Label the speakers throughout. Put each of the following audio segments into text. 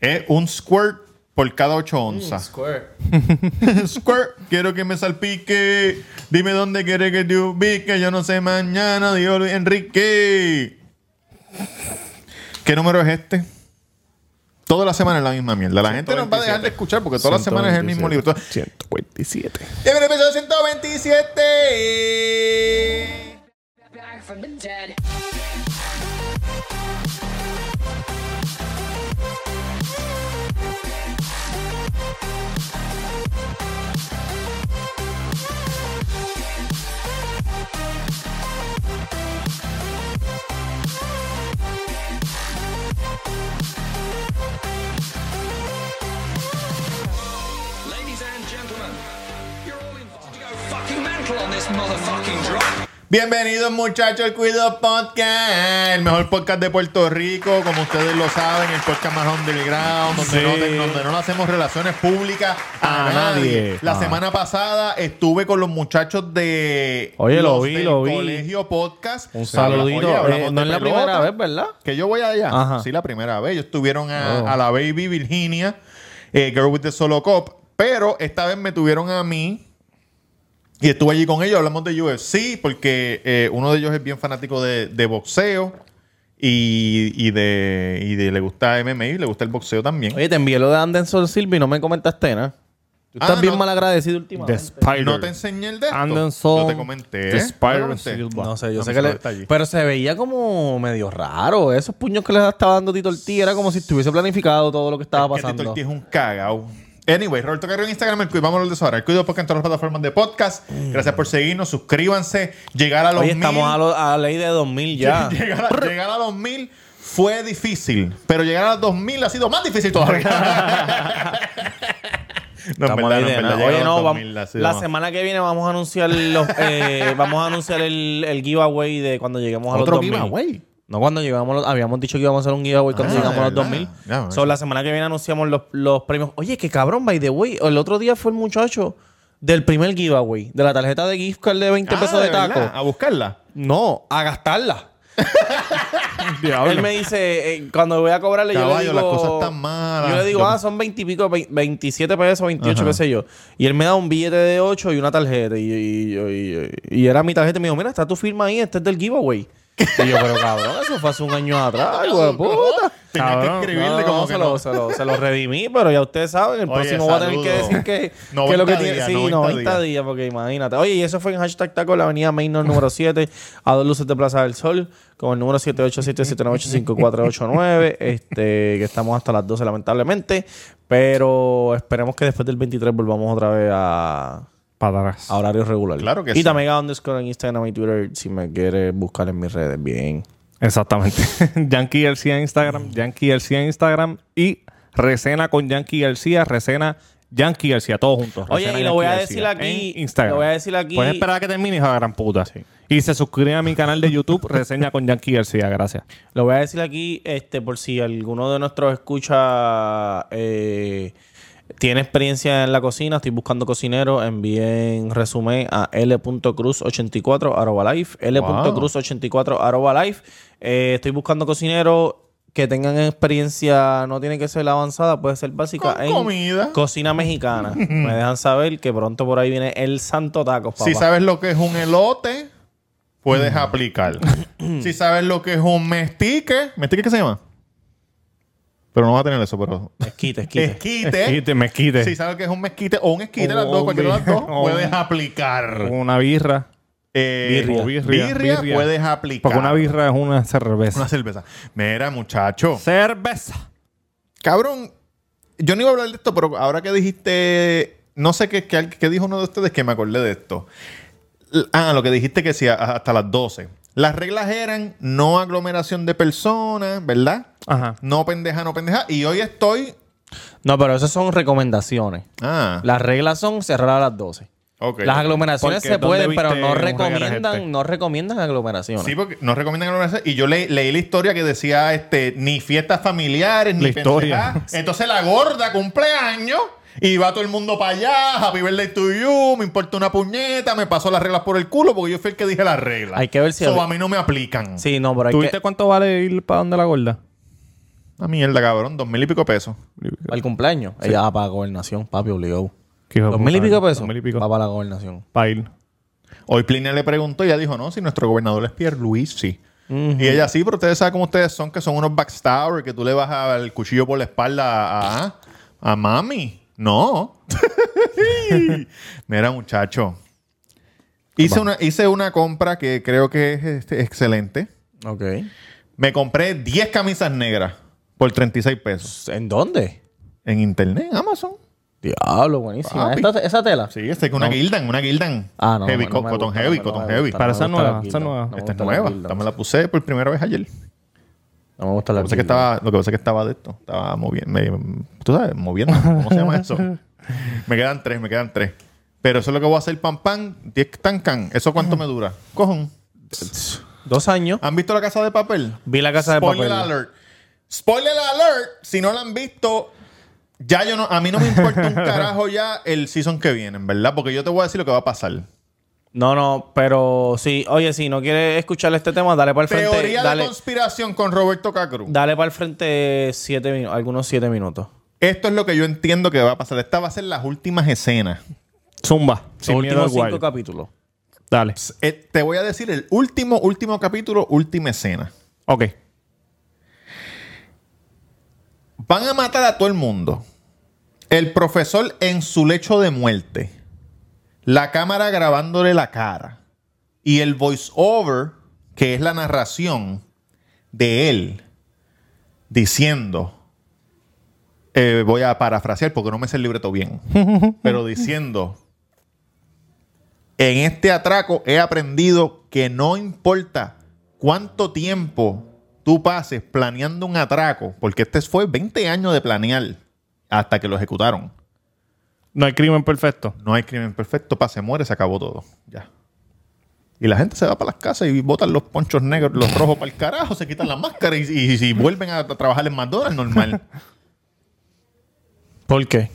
Speaker 1: Es Eh, un squirt por cada 8 onzas.
Speaker 2: Square.
Speaker 1: squirt, quiero que me salpique. Dime dónde quiere que te ubique. Yo no sé mañana, dijo Luis Enrique. ¿Qué número es este? Toda la semana es la misma mierda. La gente nos va a dejar de escuchar porque toda la semana es el mismo libro.
Speaker 3: 127.
Speaker 1: Llega el episodio 127.
Speaker 4: Back from the dead.
Speaker 5: Ladies and gentlemen, you're all invited to go fucking mental on this motherfucking drop.
Speaker 1: Bienvenidos muchachos al Cuido Podcast, el mejor podcast de Puerto Rico, como ustedes lo saben, el podcast más underground, donde,
Speaker 3: Sí.
Speaker 1: no, te- donde no le hacemos relaciones públicas a,
Speaker 3: A
Speaker 1: nadie.
Speaker 3: nadie.
Speaker 1: La
Speaker 3: Ah.
Speaker 1: semana pasada estuve con los muchachos de
Speaker 3: Oye, lo
Speaker 1: los
Speaker 3: vi,
Speaker 1: del
Speaker 3: lo vi.
Speaker 1: Colegio Podcast.
Speaker 3: Un
Speaker 1: Oye,
Speaker 3: saludito.
Speaker 1: hablamos
Speaker 3: Eh, no
Speaker 1: de
Speaker 3: es la
Speaker 1: pelota,
Speaker 3: primera vez, ¿verdad?
Speaker 1: Que yo voy allá.
Speaker 3: Ajá.
Speaker 1: Sí, la primera vez. Ellos estuvieron a,
Speaker 3: Oh.
Speaker 1: a la Baby Virginia, eh, Girl with the Solo Cop, pero esta vez me tuvieron a mí. Y estuve allí con ellos, hablamos de UFC, porque eh, uno de ellos es bien fanático de, de boxeo y, y de, y de- le gusta MMA y le gusta el boxeo también.
Speaker 3: Oye, te envié lo de Anderson Silva y no me comentaste nada. Tú estás
Speaker 1: Ah,
Speaker 3: bien
Speaker 1: no.
Speaker 3: mal agradecido últimamente.
Speaker 1: no te enseñé el de esto.
Speaker 3: Anderson-
Speaker 1: Yo te comenté.
Speaker 3: The
Speaker 1: ¿eh?
Speaker 3: Spider
Speaker 1: Yo comenté.
Speaker 3: Silva.
Speaker 2: No sé,
Speaker 1: No
Speaker 2: yo sé
Speaker 1: me
Speaker 2: que
Speaker 1: suena
Speaker 2: le.
Speaker 1: hasta allí.
Speaker 3: Pero se veía como medio raro. Esos puños que le estaba dando Tito Ortiz era como si estuviese planificado todo lo que estaba
Speaker 1: Que Tito
Speaker 3: pasando.
Speaker 1: Ortiz es un cagao. Anyway, Roberto Carrillo en Instagram, el Cuido, vamos a hablar de eso ahora. El Cuido Podcast en todas las plataformas de podcast. Gracias por seguirnos, suscríbanse. Llegar a los
Speaker 3: Oye,
Speaker 1: mil.
Speaker 3: estamos a, lo- a la ley de 2000 ya.
Speaker 1: llegar, a, llegar a los mil fue difícil, pero llegar a los dos mil ha sido más difícil todavía. no, en verdad,
Speaker 3: Estamos ahí
Speaker 1: no, en
Speaker 3: de
Speaker 1: verdad, llegar
Speaker 3: nada.
Speaker 1: a
Speaker 3: Oye,
Speaker 1: los 2000
Speaker 3: no,
Speaker 1: ha
Speaker 3: vamos-
Speaker 1: sido
Speaker 3: la
Speaker 1: más-
Speaker 3: semana que viene vamos a anunciar los, eh, vamos a anunciar el, el giveaway de cuando lleguemos a los Este
Speaker 1: Otro
Speaker 3: 2000.
Speaker 1: giveaway.
Speaker 3: No, cuando llegamos a los, habíamos dicho que íbamos a hacer un giveaway cuando
Speaker 1: Ah,
Speaker 3: llegamos a los
Speaker 1: ¿verdad?
Speaker 3: 2000.
Speaker 1: Ya, bueno.
Speaker 3: so, la semana que viene anunciamos los, los premios. Oye, qué cabrón, by the way. El otro día fue el muchacho del primer giveaway, de la tarjeta de gift card de 20
Speaker 1: Ah,
Speaker 3: pesos de
Speaker 1: verdad,
Speaker 3: taco.
Speaker 1: A buscarla.
Speaker 3: No, a gastarla. Él me dice, eh, cuando voy a cobrarle,
Speaker 1: Caballo,
Speaker 3: yo le digo...
Speaker 1: las cosas están malas.
Speaker 3: Yo le digo,
Speaker 1: Yo-
Speaker 3: ah, son 20 y pico, vein- 27 pesos, 28,
Speaker 1: Ajá.
Speaker 3: qué sé yo. Y él me da un billete de 8 y una tarjeta. Y, y- y- y- y era mi tarjeta. Y me dijo, mira, está tu firma ahí, este es del giveaway. Y yo, pero cabrón, eso fue hace un año atrás, hijo de puta.
Speaker 1: Tenías que
Speaker 3: Cabrón,
Speaker 1: escribirle
Speaker 3: no,
Speaker 1: como
Speaker 3: se,
Speaker 1: que
Speaker 3: lo,
Speaker 1: no.
Speaker 3: se, lo, se lo redimí, pero ya ustedes saben, el
Speaker 1: Oye,
Speaker 3: próximo voy a tener que
Speaker 1: saludo.
Speaker 3: decir que, que lo que
Speaker 1: 90
Speaker 3: tiene.
Speaker 1: días,
Speaker 3: sí,
Speaker 1: 90
Speaker 3: 90,
Speaker 1: días.
Speaker 3: días. porque imagínate. Oye, y eso fue en hashtag taco en la avenida Mainor número 7, a dos luces de Plaza del Sol, con el número 787-798-5489, este, que estamos hasta las 12 lamentablemente, pero esperemos que después del 23 volvamos otra vez a,
Speaker 6: Para atrás.
Speaker 3: a horario regular.
Speaker 1: Claro que
Speaker 3: y
Speaker 1: sí.
Speaker 3: también a underscore en Instagram y Twitter si me quieres buscar en mis redes, bien.
Speaker 6: Exactamente. Yankee García en Instagram, Yankee García en Instagram y Recena con Yankee García, Recena Yankee García, todos juntos.
Speaker 3: Oye,
Speaker 6: Resena
Speaker 3: y lo
Speaker 6: Yankee
Speaker 3: voy a
Speaker 6: García
Speaker 3: decir aquí.
Speaker 6: En Instagram.
Speaker 3: Lo voy a decir aquí.
Speaker 6: Puedes esperar a que termine, hija de gran puta. Y se suscriben a mi canal de YouTube, Reseña con Yankee García, gracias.
Speaker 3: Lo voy a decir aquí, este, por si alguno de nuestros escucha eh, tiene experiencia en la cocina, estoy buscando cocineros, envíen resumen a l.cruz84 arroba life, l.cruz84 arroba life. Eh, estoy buscando cocineros que tengan experiencia, no tiene que ser avanzada, puede ser básica
Speaker 1: Con
Speaker 3: en
Speaker 1: comida.
Speaker 3: cocina mexicana. Me dejan saber que pronto por ahí viene el Santo Taco, papá.
Speaker 1: Si sabes lo que es un elote, puedes aplicar. si sabes lo que es un mestique, ¿mestique qué se llama? Pero no vas a tener eso, pero.
Speaker 3: Esquite, esquite.
Speaker 1: Esquite.
Speaker 6: Quite, me quite.
Speaker 1: Si sabes que es un mezquite o un esquite,
Speaker 6: O
Speaker 1: las dos,
Speaker 6: un
Speaker 1: cualquiera de las dos,
Speaker 6: bi- o
Speaker 1: puedes
Speaker 6: un-
Speaker 1: aplicar.
Speaker 6: Una birra.
Speaker 1: Eh,
Speaker 6: birria.
Speaker 1: o
Speaker 6: Birria,
Speaker 1: birria,
Speaker 6: birria.
Speaker 1: puedes aplicar.
Speaker 6: Porque una birra es una cerveza.
Speaker 1: Una cerveza. Mira, muchacho.
Speaker 6: cerveza.
Speaker 1: Cabrón, yo no iba a hablar de esto, pero ahora que dijiste, no sé qué, qué, qué dijo uno de ustedes que me acordé de esto. L- Ah, lo que dijiste que sí, a- hasta las 12. Las reglas eran no aglomeración de personas, ¿verdad?
Speaker 6: Ajá.
Speaker 1: No pendeja, no pendeja. Y hoy estoy.
Speaker 3: No, pero esas son recomendaciones.
Speaker 1: Ah,
Speaker 3: Las reglas son cerrar a las 12.
Speaker 1: ok.
Speaker 3: Las aglomeraciones
Speaker 6: Porque
Speaker 3: se
Speaker 6: ¿dónde
Speaker 3: pueden, pero
Speaker 6: viste
Speaker 3: no
Speaker 6: un reguero de
Speaker 3: recomiendan,
Speaker 6: gente?
Speaker 3: no recomiendan aglomeraciones.
Speaker 1: Sí, porque no recomiendan aglomeraciones. Y yo le- leí la historia que decía este, ni fiestas familiares, ni
Speaker 6: La historia.
Speaker 1: pendejadas. Entonces la gorda cumpleaños y va todo el mundo para allá. Happy birthday to you. Me importa una puñeta. Me pasó las reglas por el culo porque yo fui el que dije las reglas.
Speaker 3: Hay que ver si-
Speaker 1: So, a mí no me aplican.
Speaker 3: Sí, no, pero hay
Speaker 6: ¿Tú
Speaker 3: que-
Speaker 6: viste cuánto vale ir para donde la gorda?
Speaker 1: Una mierda, cabrón. Dos mil y pico pesos.
Speaker 3: Para el cumpleaños. Ella va para la gobernación, papi, obligado.
Speaker 6: Qué hijo de
Speaker 3: Dos mil y
Speaker 6: puta,
Speaker 3: pico
Speaker 6: dos
Speaker 3: pesos.
Speaker 6: mil y pico.
Speaker 3: Va para la gobernación.
Speaker 6: Para ir.
Speaker 1: Hoy Plinia le preguntó y ella dijo, no, si nuestro gobernador es Pierre Luisi. Y ella, sí, pero ustedes saben cómo ustedes son, que son unos backstabbers, que tú le vas a- el cuchillo por la espalda a, a- a mami. No. Mira, muchacho. Hice una, hice una compra que creo que es este, excelente.
Speaker 3: Ok.
Speaker 1: Me compré 10 camisas negras por 36 pesos
Speaker 3: ¿En dónde?
Speaker 1: en internet, en Amazon.
Speaker 3: Diablo, buenísima.
Speaker 1: Papi.
Speaker 3: Esta- esa tela.
Speaker 1: Sí, este es una Gildan, una Gildan.
Speaker 3: Ah, no.
Speaker 1: Heavy,
Speaker 3: no
Speaker 1: co-
Speaker 3: me
Speaker 1: cotton
Speaker 3: gusta,
Speaker 1: heavy,
Speaker 3: no me
Speaker 1: cotton
Speaker 3: gusta,
Speaker 1: heavy.
Speaker 3: no me
Speaker 6: Para
Speaker 3: gusta
Speaker 6: esa
Speaker 3: la
Speaker 6: nueva, esa
Speaker 3: Gildan.
Speaker 6: nueva.
Speaker 3: No me
Speaker 1: Esta es
Speaker 3: gusta la
Speaker 1: nueva.
Speaker 3: Gildan.
Speaker 1: Esta me la puse por primera vez ayer.
Speaker 3: No me gusta la
Speaker 1: Lo que, pasa es que
Speaker 3: Gildan.
Speaker 1: estaba, lo que pasa es que estaba de esto. Estaba moviendo. Tú sabes, moviendo. ¿Cómo se llama eso? me quedan tres, me quedan tres. Pero eso es lo que voy a hacer, pan pan, 10 tan can. ¿Eso cuánto me dura? Cojón.
Speaker 3: Dos años.
Speaker 1: ¿Han visto la casa de papel?
Speaker 3: Vi la casa de
Speaker 1: Ah. Spoiler
Speaker 3: papel.
Speaker 1: alert. Spoiler alert. Si no la han visto, ya yo no. A mí no me importa un carajo ya el season que viene, en ¿verdad? Porque yo te voy a decir lo que va a pasar.
Speaker 3: No, no, pero sí. Oye, si no quieres escuchar este tema, dale para el frente.
Speaker 1: Teoría de
Speaker 3: dale,
Speaker 1: conspiración con Roberto Cacru.
Speaker 3: dale para el frente siete minu- algunos siete minutos.
Speaker 1: Esto es lo que yo entiendo que va a pasar. Esta va a ser las últimas escenas.
Speaker 6: Zumba.
Speaker 3: Los
Speaker 6: Sin miedo
Speaker 3: últimos
Speaker 6: al
Speaker 3: cinco
Speaker 6: guay.
Speaker 3: capítulos.
Speaker 6: Dale.
Speaker 1: Eh, te voy a decir el último, último capítulo, última escena.
Speaker 6: Ok.
Speaker 1: Van a matar a todo el mundo. El profesor en su lecho de muerte. La cámara grabándole la cara. Y el voiceover, que es la narración de él, diciendo, eh, voy a parafrasear porque no me sé el libreto bien, pero diciendo, en este atraco he aprendido que no importa cuánto tiempo tú pases planeando un atraco, porque este fue 20 años de planear hasta que lo ejecutaron.
Speaker 6: No hay crimen perfecto.
Speaker 1: No hay crimen perfecto, pa, se muere, se acabó todo. Ya. Y la gente se va para las casas y botan los ponchos negros, los rojos para el carajo, se quitan la máscara y, y- y vuelven a trabajar en McDonald's normal.
Speaker 3: ¿Por qué?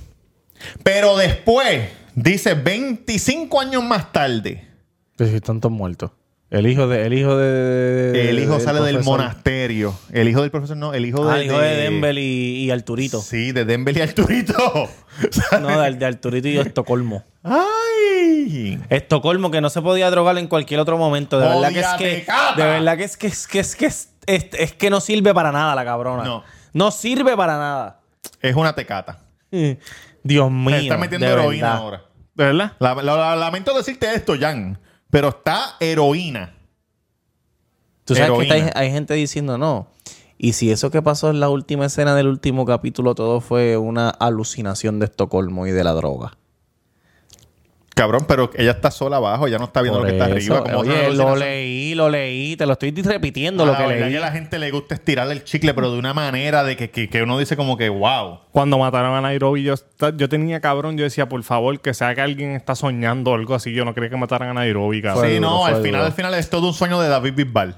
Speaker 1: Pero después, dice 25 años más tarde,
Speaker 3: Pues si están todos muertos. El hijo de. El hijo de.
Speaker 1: el hijo sale del
Speaker 3: Eh, profesor.
Speaker 1: monasterio. El hijo del profesor, no, el hijo de.
Speaker 3: Ah, el hijo de Denver y, y Arturito.
Speaker 1: Sí, de Denver y Arturito.
Speaker 3: No, de, de Arturito y Estocolmo.
Speaker 1: ¡Ay!
Speaker 3: Estocolmo, que no se podía drogar en cualquier otro momento. De verdad que es
Speaker 1: Jódate,
Speaker 3: que.
Speaker 1: cata.
Speaker 3: De verdad que es que es que es que es, es- es que no sirve para nada la cabrona.
Speaker 1: No.
Speaker 3: No sirve para nada.
Speaker 1: Es una tecata.
Speaker 3: Dios mío.
Speaker 1: Se está metiendo
Speaker 3: de
Speaker 1: heroína
Speaker 3: verdad.
Speaker 1: ahora.
Speaker 6: ¿De verdad?
Speaker 1: La- la- la- lamento decirte esto, Jan, pero está heroína.
Speaker 3: Tú sabes que
Speaker 1: Heroína.
Speaker 3: está- hay, gente diciendo no. Y si eso que pasó en la última escena del último capítulo, todo fue una alucinación de Estocolmo y de la droga.
Speaker 1: Cabrón, pero ella está sola abajo, ella no está viendo lo
Speaker 3: Por
Speaker 1: que está
Speaker 3: eso,
Speaker 1: arriba. Como otra
Speaker 3: Oye, lo
Speaker 1: alucinación.
Speaker 3: leí, lo leí, te lo estoy repitiendo
Speaker 1: Ah,
Speaker 3: lo que
Speaker 1: la verdad
Speaker 3: leí.
Speaker 1: que a la gente le gusta estirar el chicle, pero de una manera de que, que- que uno dice como que, wow.
Speaker 6: Cuando mataron a Nairobi, yo, esta- yo tenía cabrón, yo decía, por favor, que sea que alguien está soñando o algo así. Yo no quería que mataran a Nairobi, cabrón.
Speaker 1: sí,
Speaker 3: duro,
Speaker 1: no,
Speaker 3: fue
Speaker 1: al
Speaker 3: duro.
Speaker 1: final, al final es todo un sueño de David Bisbal.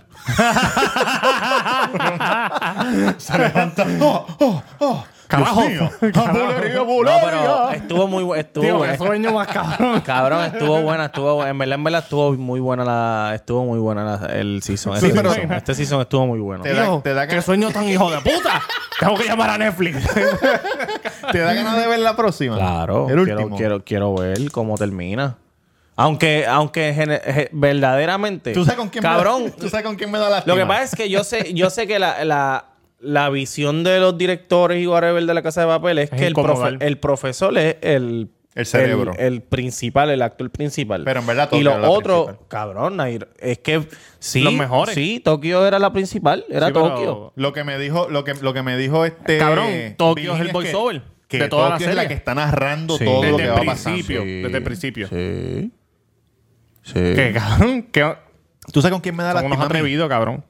Speaker 1: Se levanta. Oh, oh, oh.
Speaker 6: Carajo.
Speaker 1: Dios mío. Bulería,
Speaker 3: No,
Speaker 1: bulería.
Speaker 3: pero estuvo muy bu- estuvo
Speaker 6: Tío,
Speaker 3: buena.
Speaker 6: qué sueño más cabrón.
Speaker 3: Cabrón, estuvo buena, estuvo bu- en verdad, en verdad estuvo muy buena la, estuvo muy buena la- el season,
Speaker 1: Sí,
Speaker 3: este,
Speaker 1: pero-
Speaker 3: season. Este season estuvo muy bueno.
Speaker 1: Te da-
Speaker 6: Tío,
Speaker 1: te da
Speaker 6: qué
Speaker 1: ganas-
Speaker 6: sueño tan hijo de puta. Tengo que llamar a Netflix.
Speaker 1: ¿Te da ganas de ver la próxima?
Speaker 3: Claro,
Speaker 1: El
Speaker 3: quiero,
Speaker 1: último.
Speaker 3: quiero, quiero ver cómo termina. Aunque, aunque gene- je- verdaderamente,
Speaker 1: ¿Tú sabes con quién Me
Speaker 3: cabrón,
Speaker 1: da, ¿Tú sabes con quién me da la
Speaker 3: Lo que pasa es que yo sé, yo sé que la, la- la visión de los directores y whatever de la Casa de Papel es,
Speaker 6: Es
Speaker 3: que el,
Speaker 6: incomodar.
Speaker 3: profe- el profesor es el...
Speaker 1: El cerebro.
Speaker 3: El, el principal, el actor principal.
Speaker 1: Pero en verdad Tokio
Speaker 3: Y los
Speaker 1: era la
Speaker 3: otros,
Speaker 1: principal.
Speaker 3: cabrón, Nair, es que... Sí,
Speaker 6: Los mejores.
Speaker 3: Sí, Tokio era la principal, era
Speaker 6: Sí, pero-
Speaker 3: Tokio.
Speaker 1: Lo que me dijo, lo que, lo que me dijo este.
Speaker 6: Cabrón, Tokio es el
Speaker 1: Virginia
Speaker 6: voiceover
Speaker 1: Que, que
Speaker 6: de toda la
Speaker 1: Tokio es la
Speaker 6: serie.
Speaker 1: que está narrando
Speaker 3: Sí.
Speaker 1: todo lo
Speaker 6: Desde
Speaker 1: que
Speaker 6: el
Speaker 1: va pasando.
Speaker 6: principio. Desde el principio.
Speaker 3: Sí. Sí.
Speaker 6: Que cabrón, que
Speaker 1: ¿Tú sabes con quién me da la
Speaker 6: son unos atrevidos, cabrón.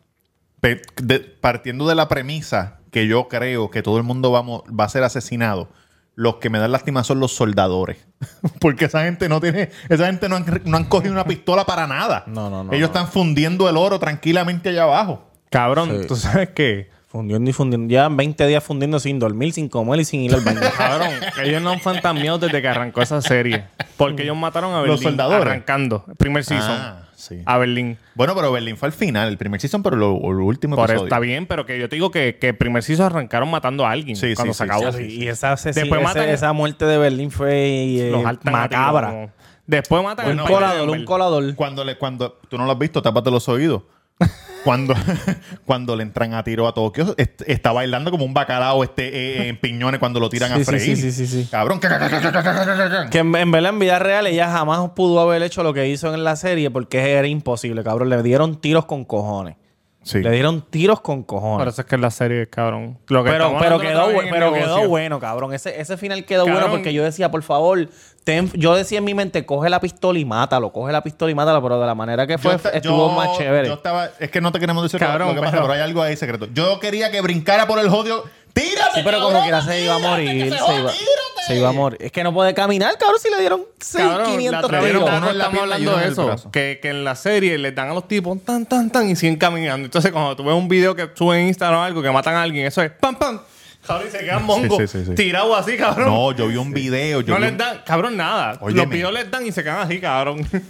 Speaker 1: Pe- de- partiendo de la premisa que yo creo que todo el mundo vamos, va a ser asesinado, los que me dan lástima son los soldadores. Porque esa gente no tiene, esa gente no han, no han cogido una pistola para nada.
Speaker 3: No, no, no,
Speaker 1: Ellos
Speaker 3: no.
Speaker 1: están fundiendo el oro tranquilamente allá abajo.
Speaker 6: Cabrón,
Speaker 3: Sí.
Speaker 6: tú sabes que
Speaker 3: Fundiendo y fundiendo. Ya 20 días fundiendo sin dormir, sin comer y sin ir al baño.
Speaker 6: Cabrón, ellos no han fantasmeado desde que arrancó esa serie. Porque ellos mataron a Berlín.
Speaker 1: Los soldadores.
Speaker 6: Arrancando. Primer season.
Speaker 1: Ah, sí.
Speaker 6: A Berlín.
Speaker 1: Bueno, pero Berlín fue al final, el primer season, pero lo, lo último
Speaker 6: Por eso
Speaker 1: episodio.
Speaker 6: está bien, pero que yo te digo que, que el primer season arrancaron matando a alguien
Speaker 1: Sí,
Speaker 6: cuando
Speaker 1: sí,
Speaker 6: se
Speaker 1: sí,
Speaker 6: acabó.
Speaker 1: sí, sí.
Speaker 3: Y esa, asesina-
Speaker 6: Después
Speaker 3: ese-
Speaker 6: matan-
Speaker 3: esa muerte de Berlín fue eh,
Speaker 6: Los altan a tiro,
Speaker 3: macabra.
Speaker 6: como- Después matan
Speaker 3: Un
Speaker 6: al padre de
Speaker 3: colador, un
Speaker 6: Berlín.
Speaker 3: colador.
Speaker 1: Cuando le, cuando, tú no lo has visto, tápate los oídos. Cuando, cuando le entran a tiro a Tokio, est- está bailando como un bacalao este, eh, en piñones cuando lo tiran
Speaker 3: Sí,
Speaker 1: a
Speaker 3: sí,
Speaker 1: freír.
Speaker 3: sí, sí, sí, sí.
Speaker 1: Cabrón. ca- ca- ca- ca- ca- ca- ca- ca- ca-
Speaker 3: Que en, en verdad en vida real ella jamás pudo haber hecho lo que hizo en la serie porque era imposible, cabrón. Le dieron tiros con cojones.
Speaker 1: Sí.
Speaker 3: Le dieron tiros con
Speaker 6: Por
Speaker 3: cojones.
Speaker 6: eso es que es la serie, cabrón. Lo que
Speaker 3: Pero,
Speaker 6: estamos
Speaker 3: pero,
Speaker 6: hablando
Speaker 3: quedó,
Speaker 6: también
Speaker 3: bu-
Speaker 6: en
Speaker 3: pero
Speaker 6: negocio.
Speaker 3: quedó bueno, cabrón. Ese, ese final quedó
Speaker 6: Cabrón.
Speaker 3: bueno porque yo decía, por favor, ten- yo decía en mi mente, coge la pistola y mátalo, coge la pistola y mátalo, pero de la manera que fue,
Speaker 1: Yo esta-
Speaker 3: estuvo
Speaker 1: yo-
Speaker 3: más chévere.
Speaker 1: Yo estaba, es que no te queremos decir
Speaker 6: Cabrón,
Speaker 1: lo que pasa,
Speaker 6: pero-
Speaker 1: pero, hay algo ahí secreto. Yo quería que brincara por el jodio. ¡Tírate!
Speaker 3: Sí, pero como
Speaker 1: cabrón,
Speaker 3: quiera se iba a
Speaker 1: tírate, que
Speaker 3: morir.
Speaker 1: se
Speaker 3: Se
Speaker 1: joda,
Speaker 3: iba,
Speaker 1: tírate!
Speaker 3: se iba a morir. Es que no puede caminar, cabrón, si le dieron seis-
Speaker 6: Cabrón,
Speaker 3: 500
Speaker 6: la otra vez
Speaker 1: tiros.
Speaker 6: estamos-
Speaker 1: Uno en la
Speaker 6: estamos
Speaker 1: pierna y
Speaker 6: hablando
Speaker 1: uno
Speaker 6: de
Speaker 1: en el
Speaker 6: eso.
Speaker 1: brazo.
Speaker 6: Que, que en la serie les dan a los tipos tan, tan, tan y siguen caminando. Entonces, cuando tú ves un video que suben en Instagram o algo que matan a alguien, eso es pam, pam. Cabrón, y se quedan mongos
Speaker 1: sí, sí, sí.
Speaker 6: tirados así, cabrón.
Speaker 1: No,
Speaker 6: No,
Speaker 1: yo vi un video. Yo vi
Speaker 6: les
Speaker 1: un-
Speaker 6: dan, cabrón, nada. Los
Speaker 1: Óyeme.
Speaker 6: videos les dan y se quedan así, cabrón.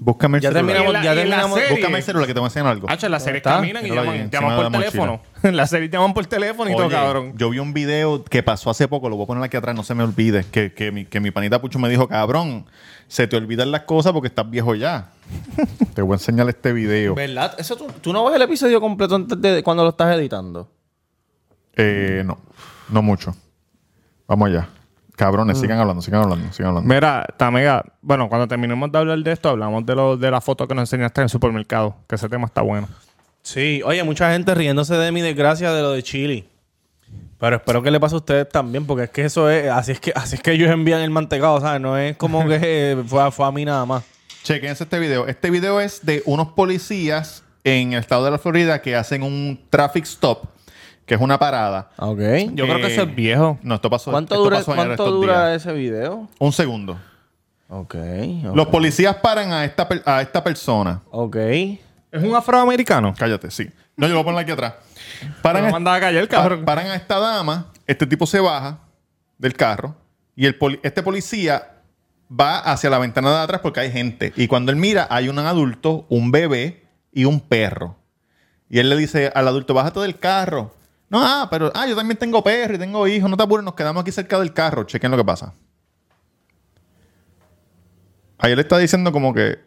Speaker 1: Búscame el
Speaker 3: Ya
Speaker 1: celular.
Speaker 3: terminamos,
Speaker 6: Y la-
Speaker 3: ya
Speaker 6: y la
Speaker 3: terminamos.
Speaker 6: serie.
Speaker 1: Búscame el celular que te voy a enseñar algo.
Speaker 6: Hacho, en las series
Speaker 3: está?
Speaker 6: caminan y
Speaker 1: Míralo ahí,
Speaker 6: llaman,
Speaker 1: encima
Speaker 6: llaman
Speaker 1: de
Speaker 6: por
Speaker 1: la mochila.
Speaker 6: teléfono. En las series llaman por teléfono y todo,
Speaker 1: Oye,
Speaker 6: cabrón.
Speaker 1: Yo vi un video que pasó hace poco, lo voy a poner aquí atrás, no se me olvide, que, que mi, que mi panita Pucho me dijo, cabrón, se te olvidan las cosas porque estás viejo ya. te voy a enseñar este video.
Speaker 3: ¿Verdad? Eso tú, tú no ves el episodio completo antes de cuando lo estás editando.
Speaker 1: Eh, no, no mucho. Vamos allá. Cabrones, sigan hablando, sigan hablando, sigan hablando.
Speaker 6: Mira, Tamega, bueno, cuando terminemos de hablar de esto, hablamos de, lo, de la foto que nos enseñaste en el supermercado, que ese tema está bueno.
Speaker 3: Sí, oye, mucha gente riéndose de mi desgracia de lo de Chile. Pero espero que le pase a ustedes también, porque es que eso es, así es que, así es que ellos envían el mantecado, ¿sabes? No es como que eh, fue, a- fue a mí nada más.
Speaker 1: Chequense este video. Este video es de unos policías en el estado de la Florida que hacen un traffic stop, que es una parada.
Speaker 3: Ah,
Speaker 1: Eh,
Speaker 3: Ok.
Speaker 6: Yo
Speaker 3: Eh,
Speaker 6: creo que eso es viejo.
Speaker 1: No, esto pasó.
Speaker 3: ¿Cuánto
Speaker 1: esto
Speaker 3: dura,
Speaker 1: pasó ayer,
Speaker 3: cuánto
Speaker 1: estos
Speaker 3: dura
Speaker 1: días.
Speaker 3: ese video?
Speaker 1: Un segundo.
Speaker 3: Ok.
Speaker 1: Los policías paran a esta, per- a esta persona.
Speaker 3: Ok.
Speaker 6: ¿Es un afroamericano?
Speaker 1: Cállate, sí. No, yo lo voy a poner aquí atrás. Paran,
Speaker 6: Me lo mandaba a callar,
Speaker 1: pa-
Speaker 6: cabrón.
Speaker 1: paran a esta dama, este tipo se baja del carro y el poli- este policía va hacia la ventana de atrás porque hay gente. Y cuando él mira, hay un adulto, un bebé y un perro. Y él le dice al adulto, bájate del carro. No, ah, pero ah, yo también tengo perro y tengo hijos. No te apures, nos quedamos aquí cerca del carro. Chequen lo que pasa. Ahí él está diciendo como que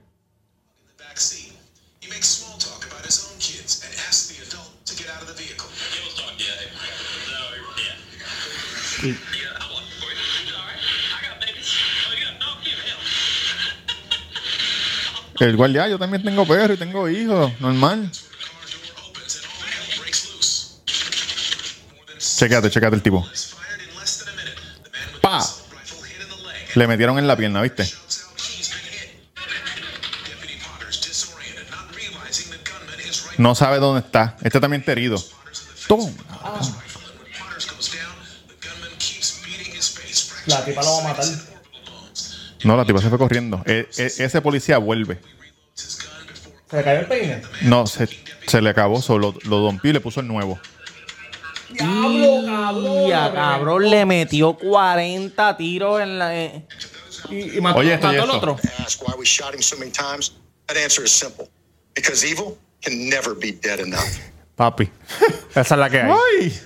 Speaker 2: back seat. He makes small talk about his own kids and asks the adult to get out of the vehicle. Yeah, we'll talk. Yeah. yeah. Yeah, I'll walk for you. You all right? I got babies. Oh, you got no give hell.
Speaker 1: el guardia, "Ah, yo también tengo perro y tengo hijos. Normal.
Speaker 2: The car door opens and all hell breaks loose. More than six
Speaker 1: Checate, checate el tipo.
Speaker 2: people is fired in less than a minute. The man with
Speaker 1: Pa.
Speaker 2: the assault rifle hit in the leg and
Speaker 1: Le metieron en la pierna, ¿viste?
Speaker 2: shouts out he's been hit. Deputy Potter's disoriented, not realizing the gunman is right
Speaker 1: No sabe dónde está. Este también está herido.
Speaker 2: Potter's in the face
Speaker 1: Toma.
Speaker 2: with a Potter's rifle, and when Potter's goes down, the gunman keeps beating his face,
Speaker 3: La tipa lo va a
Speaker 2: fracturing his orbital bones.
Speaker 1: No, la tipa se fue corriendo. E- e- ese policía vuelve.
Speaker 2: Reloads his gun before
Speaker 3: ¿Se le cayó el peine?
Speaker 1: No, se, se le acabó. Solo lo dompió y le puso el nuevo.
Speaker 3: Y a cabrón le metió 40 tiros en la. eh.
Speaker 1: Oye, esto y
Speaker 3: mató al
Speaker 1: esto.
Speaker 3: otro.
Speaker 7: ask why we shot him so many times, that answer is simple. Because evil can never be dead enough.
Speaker 6: Papi. Esa es la que hay.
Speaker 1: ¡Ay!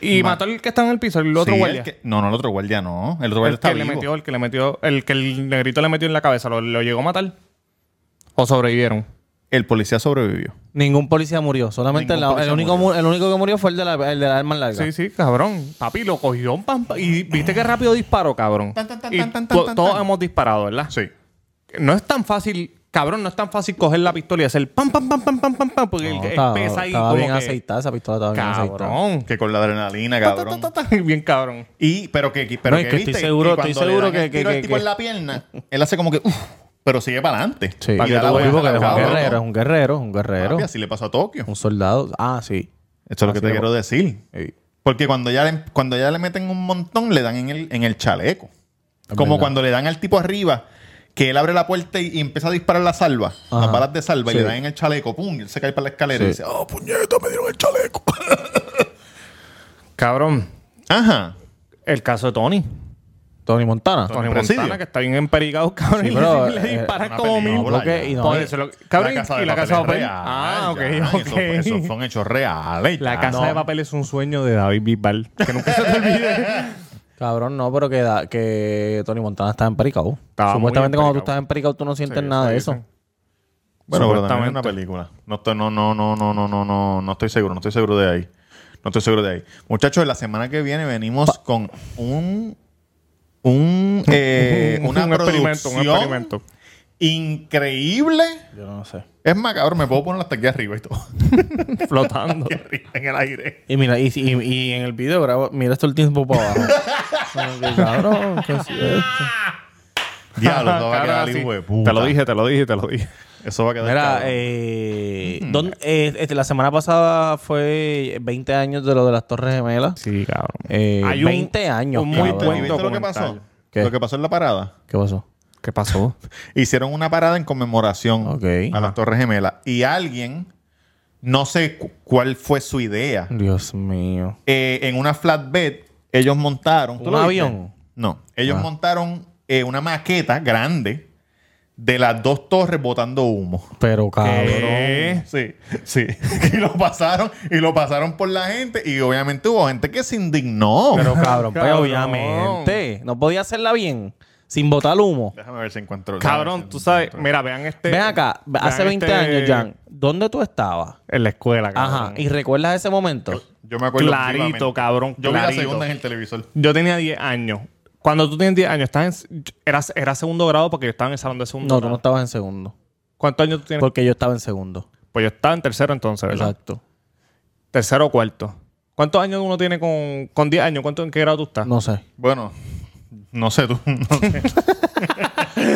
Speaker 6: Y mató al que está en el piso, el otro
Speaker 1: Sí,
Speaker 6: guardia.
Speaker 1: el que- no, no, el otro guardia no. El otro guardia
Speaker 6: El
Speaker 1: está
Speaker 6: que le
Speaker 1: vivo.
Speaker 6: metió, el que le metió, el que el negrito le metió en la cabeza, ¿lo, lo llegó a matar? ¿O sobrevivieron?
Speaker 1: El policía sobrevivió.
Speaker 3: Ningún policía murió. Solamente
Speaker 1: Ningún
Speaker 3: la-
Speaker 1: policía
Speaker 3: el, único,
Speaker 1: murió.
Speaker 3: mu- el único que murió fue el de la, el de la arma larga.
Speaker 6: Sí, sí, cabrón. Papi, lo cogió pam, pam, y viste qué rápido disparó, cabrón.
Speaker 1: Tan, tan, tan,
Speaker 6: Y
Speaker 1: tan, tan,
Speaker 6: to-
Speaker 1: tan,
Speaker 6: todos
Speaker 1: tan.
Speaker 6: hemos disparado, ¿verdad?
Speaker 1: Sí.
Speaker 6: No es tan fácil, cabrón, no es tan fácil coger la pistola y hacer pam, pam, pam, pam, pam, pam, pam, porque
Speaker 3: No,
Speaker 6: el,
Speaker 3: estaba,
Speaker 6: es pesa ahí
Speaker 3: estaba
Speaker 6: como
Speaker 3: bien
Speaker 6: que-
Speaker 3: aceitada esa pistola, estaba bien aceitada.
Speaker 6: Cabrón.
Speaker 1: Mm. Que con la adrenalina,
Speaker 6: Ta, ta, ta,
Speaker 1: cabrón.
Speaker 6: ta, ta, bien cabrón.
Speaker 1: Y, pero que, pero
Speaker 3: No, es que estoy
Speaker 1: viste,
Speaker 3: seguro-
Speaker 1: cuando
Speaker 3: estoy
Speaker 1: le
Speaker 3: seguro
Speaker 1: dan el
Speaker 3: que- que-
Speaker 1: tiro al
Speaker 3: que-
Speaker 1: tipo
Speaker 3: que-
Speaker 1: en la pierna, él hace como que, uff, pero sigue para adelante.
Speaker 3: Sí.
Speaker 1: Y
Speaker 3: Para que
Speaker 1: da la
Speaker 3: tú veas
Speaker 1: vuelta,
Speaker 3: porque es un
Speaker 1: cabrón.
Speaker 3: guerrero, es un guerrero, es un guerrero.
Speaker 1: Papi, Así le pasó a Tokio.
Speaker 3: Un soldado. Ah, sí.
Speaker 1: Eso es lo que
Speaker 3: Así
Speaker 1: te
Speaker 3: le-
Speaker 1: quiero decir.
Speaker 3: Ey.
Speaker 1: Porque cuando ya, le, cuando ya le meten un montón, le dan en el, en el chaleco. Como
Speaker 3: verdad.
Speaker 1: cuando le dan al tipo arriba, que él abre la puerta y, y empieza a disparar la salva,
Speaker 3: Ajá.
Speaker 1: las balas de salva,
Speaker 3: Sí.
Speaker 1: y le dan en el chaleco, pum, y él se cae para la escalera
Speaker 3: Sí.
Speaker 1: y dice, oh, puñeta, me dieron el chaleco.
Speaker 6: Cabrón,
Speaker 1: Ajá.
Speaker 6: el caso de Tony.
Speaker 3: Tony Montana.
Speaker 6: Tony
Speaker 1: Presidio.
Speaker 6: Montana, que está bien emperigado, cabrón.
Speaker 3: Sí, pero,
Speaker 6: y le
Speaker 3: eh,
Speaker 6: disparan
Speaker 1: una
Speaker 6: como
Speaker 1: película.
Speaker 6: mil.
Speaker 1: Hola,
Speaker 3: Porque-
Speaker 1: ya.
Speaker 3: y no,
Speaker 6: Por
Speaker 3: y-
Speaker 6: eso lo- cabrón, y la casa de papel.
Speaker 1: real,
Speaker 6: Ah, ok,
Speaker 1: ya.
Speaker 6: ok.
Speaker 1: Eso- Esos son hechos reales. y
Speaker 6: La
Speaker 1: tal.
Speaker 6: casa
Speaker 1: No.
Speaker 6: de papel es un sueño de David Bisbal. Que nunca se te olvide.
Speaker 3: Cabrón, no, pero que, da- que Tony Montana está en Pericao.
Speaker 6: Estaba
Speaker 3: Supuestamente
Speaker 6: muy
Speaker 3: cuando tú
Speaker 6: empericado.
Speaker 3: estás en Pericao tú no sientes
Speaker 6: Sí,
Speaker 3: nada
Speaker 6: eso
Speaker 3: de eso.
Speaker 6: dicen.
Speaker 1: Bueno, pero también es una
Speaker 6: Supuestamente.
Speaker 1: película. No estoy, no, no, no, no, no, no, no, no estoy seguro, no estoy seguro de ahí. No estoy seguro de ahí. Muchachos, la semana que viene venimos con un un eh, una
Speaker 6: un experimento,
Speaker 1: producción
Speaker 6: un experimento.
Speaker 1: increíble.
Speaker 3: Yo no sé.
Speaker 1: Es macabro, me puedo poner hasta aquí arriba y todo.
Speaker 6: Flotando.
Speaker 1: Arriba, en el aire.
Speaker 3: Y mira, y, y- y en el video grabo, mira esto el tiempo para abajo. Como que, cabrón, ¿qué es esto?
Speaker 1: Diablo, eso va a
Speaker 6: Cabrón,
Speaker 1: quedar
Speaker 6: así.
Speaker 1: hijo de puta.
Speaker 6: Te lo dije, te lo dije, te lo dije.
Speaker 1: Eso va a quedar
Speaker 3: Mira,
Speaker 1: cabrón.
Speaker 3: eh, ¿dónde- eh, este, la semana pasada fue 20 años de lo de las Torres Gemelas.
Speaker 6: Sí, cabrón.
Speaker 3: Eh,
Speaker 6: Hay un-
Speaker 3: 20 años.
Speaker 6: un muy
Speaker 1: Muy
Speaker 3: cabrón.
Speaker 1: bueno. ¿Y
Speaker 6: buen
Speaker 1: ¿Viste lo que pasó?
Speaker 6: documental.
Speaker 3: ¿Qué?
Speaker 1: Lo que pasó en la parada.
Speaker 3: ¿Qué pasó?
Speaker 6: ¿Qué pasó?
Speaker 1: hicieron una parada en conmemoración
Speaker 3: Ok.
Speaker 1: a las Torres Gemelas. Y alguien, no sé cu- cuál fue su idea,
Speaker 3: Dios mío.
Speaker 1: eh, en una flatbed, ellos montaron. ¿tú
Speaker 3: ¿Un
Speaker 1: lo viste?
Speaker 3: avión? Ah.
Speaker 1: No, ellos montaron eh, una maqueta grande de las dos torres botando humo.
Speaker 3: Pero cabrón.
Speaker 6: ¿Qué?
Speaker 1: Sí, sí. y lo pasaron, y lo pasaron por la gente, y obviamente hubo gente que se indignó.
Speaker 3: Pero cabrón, pues
Speaker 6: Cabrón.
Speaker 3: obviamente. No podía hacerla bien sin botar humo.
Speaker 1: Déjame ver si encuentro.
Speaker 6: Cabrón, tú sabes. Mira, vean este.
Speaker 3: Ven acá,
Speaker 6: vean
Speaker 3: hace 20
Speaker 6: este-
Speaker 3: años, Jan, ¿dónde tú estabas?
Speaker 6: En la escuela, cabrón.
Speaker 3: Ajá, ¿y recuerdas ese momento?
Speaker 1: Yo me acuerdo.
Speaker 6: Clarito,
Speaker 1: vivamente.
Speaker 6: cabrón,
Speaker 1: Yo vi
Speaker 6: clarito.
Speaker 1: la segunda en el televisor.
Speaker 6: Yo tenía 10 años. Cuando tú tenías 10 años, estás en- eras, era segundo grado porque yo estaba en el salón de segundo
Speaker 3: No, tú
Speaker 6: grado.
Speaker 3: no estabas en segundo.
Speaker 6: ¿Cuántos años tú tienes?
Speaker 3: Porque yo estaba en segundo.
Speaker 6: Pues yo estaba en tercero entonces, ¿verdad?
Speaker 3: Exacto.
Speaker 6: Tercero o cuarto. ¿Cuántos años uno tiene con, con 10 años? ¿Cuánto, ¿En qué grado tú estás?
Speaker 3: No sé.
Speaker 1: Bueno, no sé tú. no sé.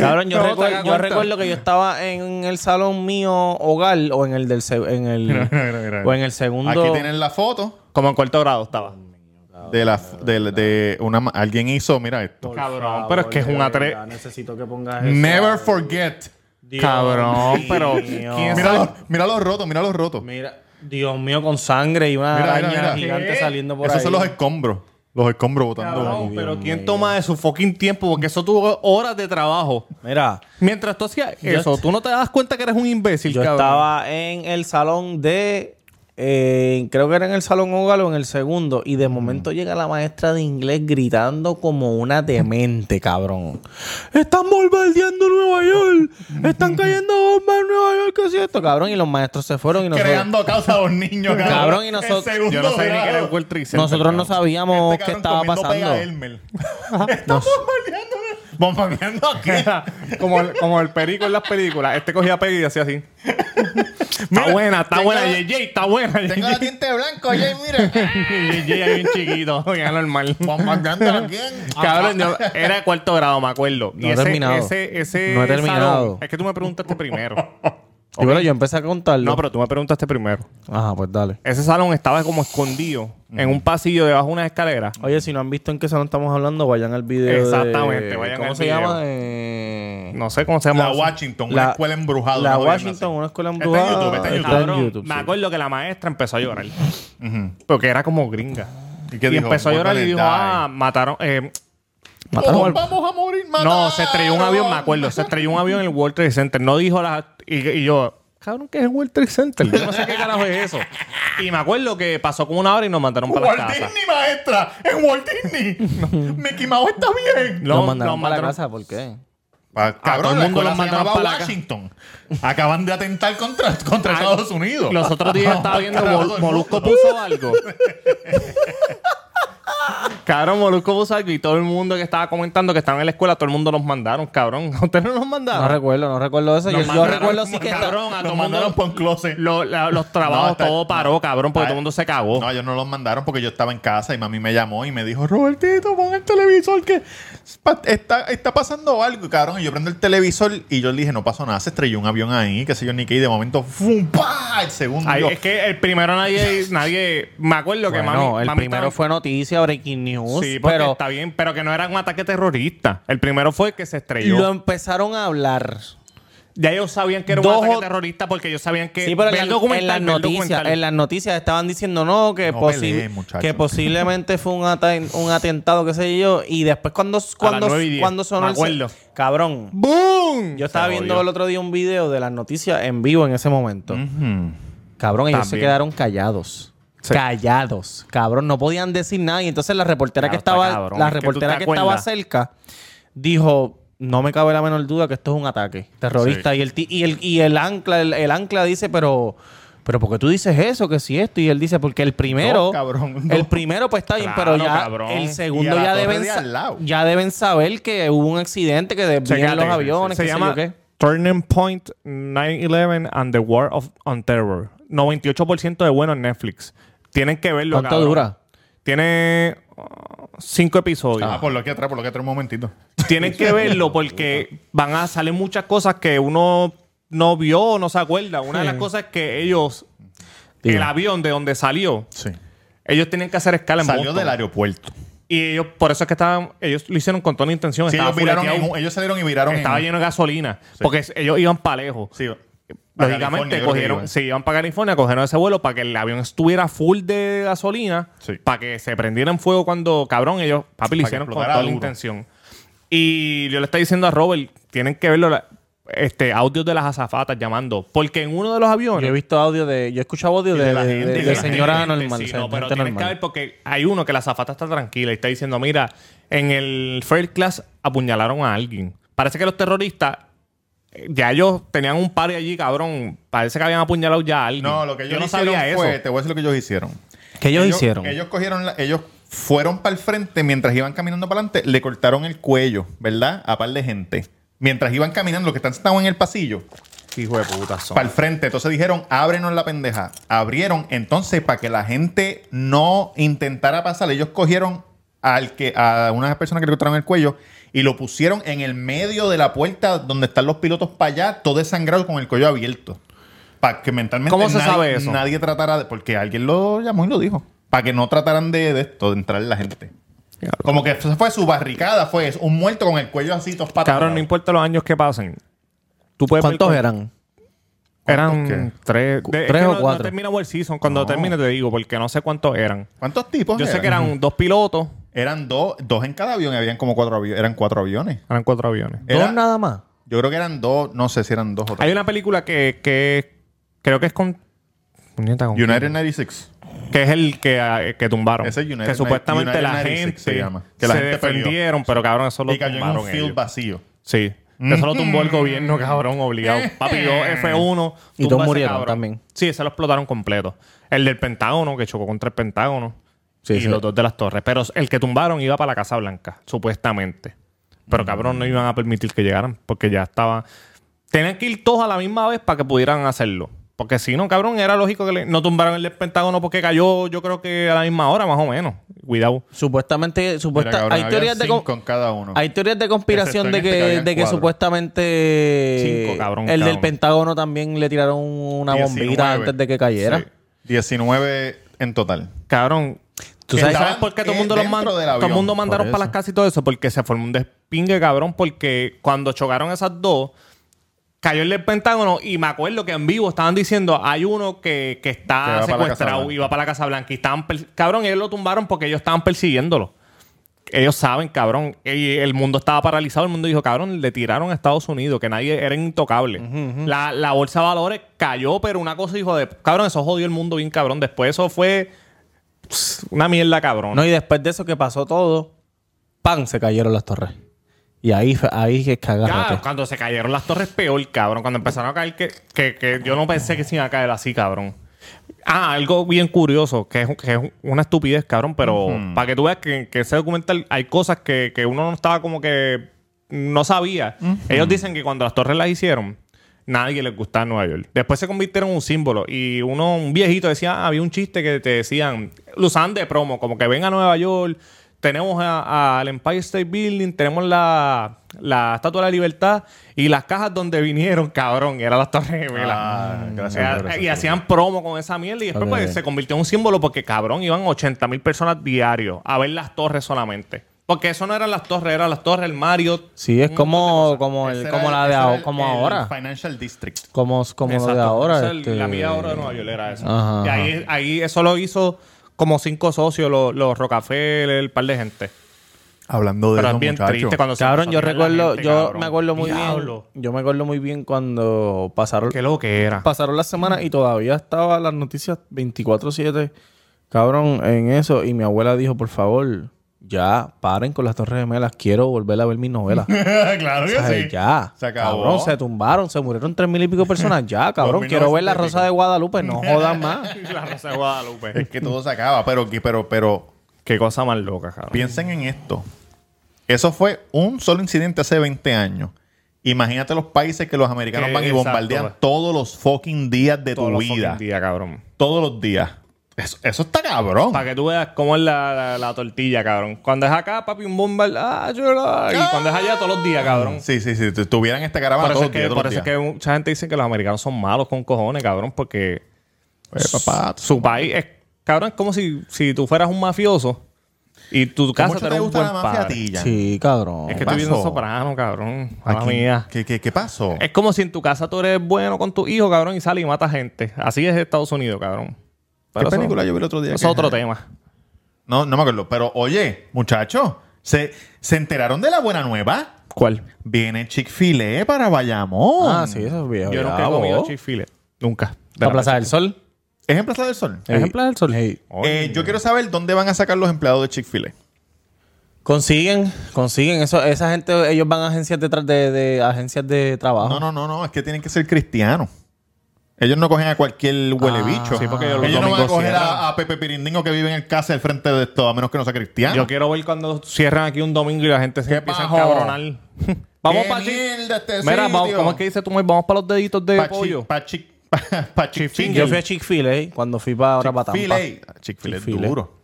Speaker 3: Cabrón, yo,
Speaker 6: No, te
Speaker 3: recuer-
Speaker 6: hagas
Speaker 3: yo
Speaker 6: cuenta.
Speaker 3: recuerdo que yo estaba en el salón mío hogar o en el del se- en el o en el segundo.
Speaker 1: Aquí tienen la foto
Speaker 6: Como en cuarto grado estaba.
Speaker 1: de la de, de una ma- alguien hizo, mira esto.
Speaker 6: Cabrón, pero es que es un atre...
Speaker 3: Necesito que pongas
Speaker 1: Never forget.
Speaker 6: Cabrón, pero ¿quién
Speaker 1: Mira
Speaker 6: sabe?
Speaker 1: los, mira los rotos, mira los rotos.
Speaker 3: Mira, Dios mío, con sangre y una
Speaker 1: Mira, mira,
Speaker 3: araña
Speaker 1: mira.
Speaker 3: gigante
Speaker 6: ¿Qué?
Speaker 3: saliendo por
Speaker 1: Esos
Speaker 3: ahí.
Speaker 1: son los escombros, los escombros botando.
Speaker 6: Cabrón,
Speaker 1: humo.
Speaker 6: pero ¿quién toma de su fucking tiempo? Porque eso tuvo horas de trabajo.
Speaker 3: Mira,
Speaker 6: Mientras tú hacías
Speaker 3: Yo
Speaker 6: eso,
Speaker 3: est-
Speaker 6: tú no te das cuenta que eres un imbécil,
Speaker 3: yo
Speaker 6: cabrón.
Speaker 3: estaba en el salón de. eh, creo que era en el salón Hogar o en el segundo. Y de momento llega la maestra de inglés gritando como una demente, cabrón. Están bombardeando Nueva York. Están cayendo bombas en Nueva York. ¿Qué es esto, cabrón? Y los maestros se fueron y nosotros.
Speaker 1: Creando causa a los niños, cabrón.
Speaker 3: Cabrón, y
Speaker 1: En
Speaker 3: nosotros-
Speaker 1: segundo
Speaker 6: Yo no sabía ni
Speaker 1: grado.
Speaker 6: que era un World Trade Center,
Speaker 3: Nosotros no
Speaker 6: cabrón.
Speaker 3: sabíamos
Speaker 1: Este
Speaker 3: qué
Speaker 1: cabrón
Speaker 3: estaba
Speaker 1: comiendo pega
Speaker 3: pasando.
Speaker 1: Elmer. Estamos bombardeando. Bombardeando aquí.
Speaker 6: Era como, el, como el perico en las películas. Este cogía pega y hacía así. está buena, está
Speaker 1: tengo
Speaker 6: buena,
Speaker 1: la-
Speaker 6: JJ, está buena.
Speaker 1: Tengo
Speaker 6: JJ,
Speaker 1: la tinta blanco, oye, mira.
Speaker 6: JJ ahí bien chiquito, bien normal.
Speaker 1: Bombardeando a quién. Ah,
Speaker 6: Cabrón, yo- era cuarto grado, me acuerdo.
Speaker 3: No he terminado.
Speaker 6: Ese, ese
Speaker 3: No he terminado.
Speaker 6: salón- es que tú me preguntaste primero.
Speaker 3: Y bueno, yo empecé a contarlo.
Speaker 6: No, pero tú me preguntaste primero.
Speaker 3: Ajá, pues dale.
Speaker 6: Ese salón estaba como escondido en un pasillo debajo de una escalera.
Speaker 3: Oye, si no han visto en qué salón estamos hablando, vayan al video. de-
Speaker 6: Exactamente, vayan
Speaker 3: ¿Cómo
Speaker 6: al
Speaker 3: se
Speaker 6: video.
Speaker 3: llama? Eh,
Speaker 6: No sé cómo se llama.
Speaker 1: La
Speaker 6: eso.
Speaker 1: Washington,
Speaker 3: La-
Speaker 1: una escuela embrujada.
Speaker 3: La
Speaker 1: una vaina
Speaker 3: Washington,
Speaker 1: así.
Speaker 3: una escuela
Speaker 1: Está en
Speaker 3: embrujada.
Speaker 1: YouTube, está en YouTube.
Speaker 3: Está en
Speaker 6: Cabrón,
Speaker 3: YouTube,
Speaker 6: me
Speaker 3: sí.
Speaker 6: acuerdo que la maestra empezó a llorar. Porque era como gringa.
Speaker 1: ¿Y,
Speaker 6: Y
Speaker 1: qué dijo?
Speaker 6: empezó a llorar y
Speaker 1: Borderline
Speaker 6: dijo,
Speaker 1: die.
Speaker 6: ah, oh, mataron... eh,
Speaker 3: Mataron al-
Speaker 1: vamos a morir,
Speaker 6: No, se estrelló un avión, me acuerdo. Se estrelló un avión en el World Trade Center. No dijo las. Y, y yo, cabrón, ¿qué es el World Trade Center? Yo no sé qué carajo es eso. Y me acuerdo que pasó como una hora y nos mandaron para la
Speaker 1: Walt
Speaker 6: casa.
Speaker 1: Disney, maestra. En Walt Disney. Mickey Mouse está bien.
Speaker 6: No,
Speaker 3: Nos mandaron
Speaker 6: nos
Speaker 3: para la
Speaker 6: mandaron-
Speaker 3: casa, ¿por qué?
Speaker 1: cabrón,
Speaker 6: Ah, todo
Speaker 1: el mundo
Speaker 6: el mundo lo
Speaker 1: la escuela se
Speaker 6: mandaron
Speaker 1: llamaba
Speaker 6: para la ca-
Speaker 1: Washington. Acaban de atentar contra, contra Estados Unidos.
Speaker 6: Los otros días estaba viendo
Speaker 1: Carajo,
Speaker 6: Mol-
Speaker 1: todo el
Speaker 6: Molusco
Speaker 1: mundo.
Speaker 6: puso algo. cabrón, Molusco puso algo y todo el mundo que estaba comentando que estaban en la escuela, todo el mundo nos mandaron, cabrón. ¿A ustedes no nos
Speaker 3: No
Speaker 6: mandaron?
Speaker 3: recuerdo, no recuerdo eso. Yo,
Speaker 6: Nos
Speaker 3: yo
Speaker 6: mandaron-
Speaker 3: recuerdo sí que está-
Speaker 6: Cabrón, a todo
Speaker 1: Nos
Speaker 6: el mundo.
Speaker 1: mandaron por un closet.
Speaker 6: lo- la- los trabajos,
Speaker 1: No, está-
Speaker 6: todo paró, cabrón, porque
Speaker 1: Ah,
Speaker 6: todo el mundo se cagó.
Speaker 1: No, ellos no los mandaron porque yo estaba en casa y mami me llamó y me dijo, Robertito, pon el televisor que pa- está, está pasando algo, cabrón. Y yo prendo el televisor y yo le dije, no pasó nada, se estrelló un avión ahí, qué sé yo, ni qué. Y de momento, ¡fum! ¡pa! El segundo.
Speaker 6: Ay,
Speaker 1: yo,
Speaker 6: es que el primero nadie, nadie, me acuerdo que
Speaker 3: Bueno,
Speaker 6: mami,
Speaker 3: el
Speaker 6: mami
Speaker 3: primero
Speaker 6: estaba-
Speaker 3: fue noticia, breaking news,
Speaker 6: sí, porque
Speaker 3: pero
Speaker 6: está bien, pero que no era un ataque terrorista. El primero fue que se estrelló.
Speaker 3: lo empezaron a hablar.
Speaker 6: Ya ellos sabían que era un
Speaker 3: Dos
Speaker 6: ataque
Speaker 3: o-
Speaker 6: terrorista porque ellos sabían que.
Speaker 3: Sí, pero
Speaker 6: Ve
Speaker 3: en,
Speaker 6: el
Speaker 3: la-
Speaker 6: documental,
Speaker 3: en las
Speaker 6: ve el
Speaker 3: noticias,
Speaker 6: documental.
Speaker 3: en las noticias estaban diciendo no, que,
Speaker 1: No
Speaker 3: posi-
Speaker 1: peleen, muchachos.
Speaker 3: que posiblemente fue un, ata- un atentado, qué sé yo. Y después cuando, cuando,
Speaker 6: nueve y diez.
Speaker 3: cuando sonó
Speaker 6: Me
Speaker 3: el ce-
Speaker 6: acuerdo.
Speaker 3: Cabrón.
Speaker 6: ¡Boom!
Speaker 3: Mm, Yo estaba
Speaker 6: Se
Speaker 3: viendo
Speaker 6: jodió.
Speaker 3: el otro día un video de las noticias en vivo en ese momento. Cabrón, ellos se
Speaker 6: También.
Speaker 3: quedaron callados.
Speaker 6: Sí.
Speaker 3: Callados. Cabrón, no podían decir nada. Y entonces la reportera
Speaker 6: Claro,
Speaker 3: que
Speaker 6: está
Speaker 3: estaba,
Speaker 6: cabrón.
Speaker 3: la
Speaker 6: Es que tú
Speaker 3: reportera
Speaker 6: te
Speaker 3: que estaba
Speaker 6: acuerdas.
Speaker 3: cerca dijo: No me cabe la menor duda que esto es un ataque terrorista. Y el ti- y el, y el ancla, el, el ancla dice, pero. Pero porque tú dices eso, que si esto, y él dice, porque el primero,
Speaker 1: No, cabrón, no.
Speaker 3: el primero pues está bien,
Speaker 6: Claro,
Speaker 3: pero ya
Speaker 6: cabrón.
Speaker 3: el
Speaker 6: Y a
Speaker 3: segundo
Speaker 1: la
Speaker 3: ya
Speaker 1: torre
Speaker 3: deben,
Speaker 1: de
Speaker 3: sa-
Speaker 1: al lado.
Speaker 3: ya deben saber que hubo un accidente que desvían
Speaker 6: Checate.
Speaker 3: los aviones,
Speaker 6: Se
Speaker 3: qué sé
Speaker 6: llama
Speaker 3: yo qué.
Speaker 6: Turning Point 9-11 and the War of, on Terror. 98% de bueno en Netflix. Tienen que verlo.
Speaker 3: ¿Cuánto
Speaker 6: cabrón.
Speaker 3: dura?
Speaker 6: Tiene uh, cinco episodios.
Speaker 1: Ah, por lo que atrás, por lo que atrás, un momentito.
Speaker 6: Tienen que verlo porque van a salir muchas cosas que uno no vio o no se acuerda. Una de las cosas es que ellos,
Speaker 3: Dime.
Speaker 6: el avión de donde salió,
Speaker 1: Sí.
Speaker 6: ellos tenían que hacer escala en
Speaker 1: Salió
Speaker 6: Boston.
Speaker 1: del aeropuerto.
Speaker 6: Y ellos, por eso es que estaban, ellos lo hicieron con toda la intención.
Speaker 1: Sí,
Speaker 6: Pues Estaba
Speaker 1: ellos, viraron
Speaker 6: fuleteado.
Speaker 1: en un- ellos salieron y viraron. en
Speaker 6: "Oh, Estaba
Speaker 1: un-
Speaker 6: lleno de gasolina. Porque es- ellos iban para lejos.
Speaker 1: Sí, para California,
Speaker 6: Lógicamente
Speaker 1: creo que eh.
Speaker 6: cogieron,
Speaker 1: iban.
Speaker 6: se iban para California, cogieron ese vuelo para que el avión estuviera full de gasolina,
Speaker 1: Sí.
Speaker 6: para que se prendiera en fuego cuando, cabrón, ellos, papi, lo
Speaker 1: que
Speaker 6: hicieron con
Speaker 1: explotara
Speaker 6: toda la
Speaker 1: duro.
Speaker 6: intención. Y yo le estoy diciendo a Robert, tienen que verlo, la- este, audios de las azafatas llamando, porque en uno de los aviones...
Speaker 3: Yo he visto audio de. Yo he escuchado audio de,
Speaker 1: de la
Speaker 3: de-
Speaker 1: gente,
Speaker 3: de-
Speaker 1: y
Speaker 3: de
Speaker 1: la
Speaker 3: señora
Speaker 6: gente,
Speaker 3: normal.
Speaker 6: sí,
Speaker 3: o sea,
Speaker 6: no, pero
Speaker 3: gente
Speaker 6: tienes que
Speaker 3: normal.
Speaker 6: ver porque hay uno que la zafata está tranquila y está diciendo, mira, en el first class apuñalaron a alguien. Parece que los terroristas, eh, ya ellos tenían un par allí, cabrón. Parece que habían apuñalado ya a alguien.
Speaker 1: No, lo que ellos
Speaker 6: Yo no
Speaker 1: hicieron
Speaker 6: sabía
Speaker 1: fue,
Speaker 6: eso.
Speaker 1: te voy a decir lo que ellos hicieron.
Speaker 3: ¿Qué ellos, hicieron?
Speaker 1: Ellos cogieron, la- ellos fueron para el frente mientras iban caminando para adelante, le cortaron el cuello, ¿verdad? A par de gente. Mientras iban caminando, los que están sentados en el pasillo,
Speaker 6: Hijo de puta, son.
Speaker 1: para el frente. Entonces dijeron, ábrenos la pendeja. Abrieron. Entonces, para que la gente no intentara pasar, ellos cogieron al que, a una persona que le cortaron el cuello y lo pusieron en el medio de la puerta donde están los pilotos para allá, todo desangrado con el cuello abierto. Para que mentalmente
Speaker 6: ¿Cómo se
Speaker 1: nadie,
Speaker 6: sabe eso?
Speaker 1: nadie tratara de. Porque alguien lo llamó y lo dijo. Para que no trataran de, de esto, de entrar la gente. Como que esa fue su barricada, fue eso, un muerto con el cuello así, dos patas.
Speaker 6: Cabrón, no importa los años que pasen. Tú puedes ver
Speaker 3: ¿Cuántos
Speaker 6: cu-
Speaker 3: eran?
Speaker 6: Eran
Speaker 1: ¿Qué?
Speaker 6: tres, de- es
Speaker 3: tres
Speaker 6: que
Speaker 3: o
Speaker 6: no-
Speaker 3: cuatro.
Speaker 6: No terminamos el season. Cuando termine te digo, porque no sé cuántos eran.
Speaker 1: ¿Cuántos tipos?
Speaker 6: Yo sé que eran dos pilotos,
Speaker 1: Eran dos, dos en cada avión, y habían como cuatro aviones, eran cuatro aviones.
Speaker 6: eran cuatro aviones.
Speaker 1: Era-
Speaker 3: Dos nada más.
Speaker 1: Yo creo que eran dos, no sé si eran dos o
Speaker 6: Hay
Speaker 1: tres.
Speaker 6: una película que, que creo que es con. Puñeta, ¿con
Speaker 1: United
Speaker 6: quién?
Speaker 1: 96.
Speaker 6: Que es el que, ah, que tumbaron.
Speaker 1: Ese es United
Speaker 6: que
Speaker 1: Ni-
Speaker 6: supuestamente
Speaker 1: United
Speaker 6: la
Speaker 1: 96
Speaker 6: gente
Speaker 1: se llama.
Speaker 6: Que
Speaker 1: Que
Speaker 6: la
Speaker 1: la
Speaker 6: se
Speaker 1: gente peleó.
Speaker 6: defendieron, pero cabrón, eso lo
Speaker 1: Y cayó en un
Speaker 6: tumbaron
Speaker 1: field
Speaker 6: ellos.
Speaker 1: vacío.
Speaker 6: Sí.
Speaker 3: Mm.
Speaker 6: Eso lo tumbó el gobierno, cabrón, obligado. Papi, yo F1.
Speaker 3: Y todos
Speaker 6: tumba ese
Speaker 3: murieron
Speaker 6: cabrón.
Speaker 3: también.
Speaker 6: Sí, ese lo explotaron completo. El del Pentágono, que chocó contra el Pentágono.
Speaker 3: Sí,
Speaker 6: y
Speaker 3: sí.
Speaker 6: los dos de las torres. Pero el que tumbaron iba para la Casa Blanca, supuestamente. Pero cabrón, no iban a permitir que llegaran porque ya estaba. Tenían que ir todos a la misma vez para que pudieran hacerlo. Porque si no, cabrón, era lógico que le- no tumbaran el del Pentágono porque cayó, yo creo que a la misma hora, más o menos. Cuidado.
Speaker 3: Supuestamente.
Speaker 1: Mira,
Speaker 3: supuesta-
Speaker 1: cabrón,
Speaker 3: hay,
Speaker 1: había
Speaker 3: teorías de
Speaker 1: cinco
Speaker 3: con-
Speaker 1: en cada uno.
Speaker 3: hay teorías de conspiración
Speaker 1: Excepto
Speaker 3: de
Speaker 1: en
Speaker 3: que,
Speaker 1: este que habían
Speaker 3: de que
Speaker 1: cuatro.
Speaker 3: supuestamente.
Speaker 6: Cinco, cabrón,
Speaker 3: el
Speaker 6: cabrón.
Speaker 3: del Pentágono también le tiraron una bombita
Speaker 1: 19.
Speaker 3: antes de que cayera.
Speaker 1: Sí. 19 en total.
Speaker 6: Cabrón. ¿Tú sabes,
Speaker 1: Estaban
Speaker 6: ¿sabes por qué todo el mundo los
Speaker 1: dentro
Speaker 6: mandó?
Speaker 1: del
Speaker 6: Todo el
Speaker 1: avión,
Speaker 6: mundo
Speaker 1: por
Speaker 6: mandaron
Speaker 3: eso.
Speaker 6: para las casas y todo eso porque se formó un despingue, cabrón, porque cuando chocaron esas dos, cayó el del Pentágono y me acuerdo que en vivo estaban diciendo, hay uno que, que
Speaker 1: Que va para
Speaker 6: está
Speaker 1: la Casa
Speaker 6: secuestrado
Speaker 1: Blanca.
Speaker 6: y va para la Casa Blanca y estaban, per- cabrón, ellos lo tumbaron porque ellos estaban persiguiéndolo. Ellos saben, cabrón, y el mundo estaba paralizado, el mundo dijo, cabrón, le tiraron a Estados Unidos, que nadie era intocable. la, la bolsa de valores cayó, pero una cosa, hijo de, cabrón, eso jodió el mundo bien, cabrón. Después eso fue pss, una mierda, cabrón.
Speaker 3: No, y después de eso que pasó todo, ¡pam! se cayeron las torres. Y ahí, fue- ahí es que
Speaker 6: Ya,
Speaker 3: agárrate.
Speaker 6: cuando se cayeron las torres, peor, cabrón. Cuando empezaron a caer, que, que, que yo no pensé que se iba a caer así, cabrón. Ah, algo bien curioso, que es, que es una estupidez, cabrón, pero para que tú veas que, que ese documental hay cosas que, que uno no estaba como que no sabía. Ellos dicen que cuando las torres las hicieron, nadie les gustaba Nueva York. Después se convirtieron en un símbolo y uno, un viejito decía, ah, había un chiste que te decían, lo usaban de promo, como que ven a Nueva York, tenemos a- al Empire State Building, tenemos la, la Estatua de la Libertad y las cajas donde vinieron, cabrón, eran las torres gemelas.
Speaker 1: Ah, gracias,
Speaker 6: Era-
Speaker 1: gracias,
Speaker 6: y
Speaker 1: gracias.
Speaker 6: hacían promo con esa mierda y después pues,
Speaker 3: Ok.
Speaker 6: se convirtió en un símbolo porque, cabrón, iban 80 mil personas diarios a ver las torres solamente. Porque eso no eran las torres, eran las torres, el Mario.
Speaker 3: Sí, es como, como,
Speaker 1: Ese
Speaker 3: el,
Speaker 1: era
Speaker 3: como la de
Speaker 1: ese era
Speaker 3: ahora,
Speaker 1: el-
Speaker 3: como
Speaker 1: el
Speaker 3: ahora.
Speaker 1: Financial District.
Speaker 3: Como, como lo de
Speaker 6: Exacto. Esa
Speaker 3: ahora.
Speaker 6: es
Speaker 3: este,
Speaker 6: La mía ahora de Nueva York era eso.
Speaker 3: Ajá,
Speaker 6: y ahí, ahí eso lo hizo como cinco socios, los, los Rockefeller, un par de gente.
Speaker 1: Hablando de
Speaker 6: Pero
Speaker 1: eso,
Speaker 6: es bien
Speaker 1: muchacho.
Speaker 6: triste cuando se
Speaker 3: Cabrón, yo
Speaker 6: enferma la
Speaker 3: recuerdo,
Speaker 6: gente,
Speaker 3: yo
Speaker 6: cabrón.
Speaker 3: me acuerdo muy
Speaker 6: Diablo.
Speaker 3: bien. Yo me acuerdo muy bien cuando pasaron,
Speaker 6: Qué lo que era.
Speaker 3: pasaron las semanas y todavía estaba las noticias 24-7, cabrón, en eso. Y mi abuela dijo, por favor, ya, paren con las torres gemelas. Quiero volver a ver mis novelas.
Speaker 1: claro que
Speaker 3: Ay,
Speaker 1: sí.
Speaker 3: Ya.
Speaker 1: Se acabó.
Speaker 3: Cabrón, se tumbaron, se murieron tres mil y pico personas. Ya, cabrón. Quiero ver la
Speaker 1: 1900 y
Speaker 3: Rosa de Guadalupe. No jodan más.
Speaker 6: la Rosa de Guadalupe.
Speaker 1: Es que todo se acaba, pero, pero, pero
Speaker 6: Qué cosa más loca, cabrón.
Speaker 1: Piensen en esto. Eso fue un solo incidente hace 20 años. Imagínate los países que los americanos
Speaker 6: Que-
Speaker 1: van y
Speaker 6: exacto. pues.
Speaker 1: bombardean todos los fucking días de
Speaker 6: Todos
Speaker 1: tu
Speaker 6: los
Speaker 1: vida.
Speaker 6: fucking días, cabrón.
Speaker 1: Todos los días. Eso, eso está cabrón.
Speaker 6: Para que tú veas cómo es la, la- la tortilla, cabrón. Cuando es acá, papi, un bomba. Ah, chula. Y cuando es allá, todos los días, cabrón.
Speaker 1: Sí, sí, sí. Tu- Tuvieran esta caravana
Speaker 6: Por eso,
Speaker 1: todos los días.
Speaker 6: es que,
Speaker 1: todos
Speaker 6: por
Speaker 1: los
Speaker 6: eso es
Speaker 1: días.
Speaker 6: que mucha gente dice que los americanos son malos con cojones, cabrón, porque
Speaker 1: Eh, papá,
Speaker 6: su país es. Cabrón, es como si, si tú fueras un mafioso y tu
Speaker 1: ¿cómo
Speaker 6: casa
Speaker 1: mucho
Speaker 6: te
Speaker 1: te
Speaker 6: un
Speaker 1: gusta
Speaker 6: buen
Speaker 1: la mafia a
Speaker 6: padre.
Speaker 1: ti, Jan?
Speaker 3: Sí, cabrón.
Speaker 6: Es que
Speaker 1: ¿Qué
Speaker 6: estoy viendo
Speaker 1: pasó?
Speaker 6: soprano, cabrón.
Speaker 1: Aquí.
Speaker 6: Mala mía.
Speaker 1: ¿Qué, qué, qué pasó?
Speaker 6: Es como si en tu casa tú eres bueno con tu hijo, cabrón, y sales y matas gente. Así es Estados Unidos, cabrón.
Speaker 1: ¿Qué
Speaker 6: Pero eso-
Speaker 1: película yo vi el otro día?
Speaker 6: eso Es
Speaker 1: que-
Speaker 6: otro tema.
Speaker 1: No, no me acuerdo. Pero oye, muchachos, ¿se, ¿se enteraron de la buena nueva?
Speaker 6: ¿Cuál?
Speaker 1: Viene Chick-fil-A para Bayamón.
Speaker 3: Ah, sí, eso es bien.
Speaker 6: Yo nunca he
Speaker 3: bravo.
Speaker 6: comido chick Nunca.
Speaker 3: La Plaza del Sol.
Speaker 1: ¿Es en Plaza del Sol?
Speaker 3: Ejemplo del Sol.
Speaker 1: Eh, yo quiero saber dónde van a sacar los empleados de Chick-fil-A.
Speaker 3: Consiguen, consiguen. Eso, esa gente, ellos van a agencias de, tra- de, de- agencias de
Speaker 6: Ah.
Speaker 3: trabajo.
Speaker 1: No, no, no, no, es que tienen que ser cristianos. Ellos no cogen a cualquier huele bicho.
Speaker 6: Ah, sí, porque ellos
Speaker 1: ellos no
Speaker 6: los
Speaker 1: van a
Speaker 6: domingos
Speaker 1: coger
Speaker 6: cierran.
Speaker 1: a, a Pepe Pirindingo que vive en el casa al frente de esto, a menos que no sea cristiano.
Speaker 6: Yo quiero ver cuando cierran aquí un domingo y la gente se empieza
Speaker 1: Ah. bajo?
Speaker 6: a cabronar. vamos para
Speaker 1: mierda este
Speaker 6: Mira,
Speaker 1: sitio!
Speaker 6: vamos, ¿cómo es que dice tú? Vamos para los deditos de
Speaker 1: Pa'
Speaker 6: pollo.
Speaker 1: chi- pa' chi- pa- pa' Chick-fil-A.
Speaker 3: Yo fui a Chick-fil-A cuando fui para ahora para Tampa.
Speaker 1: Chick-fil-A. Chick-fil-A es
Speaker 3: Chick-fil-A.
Speaker 1: duro.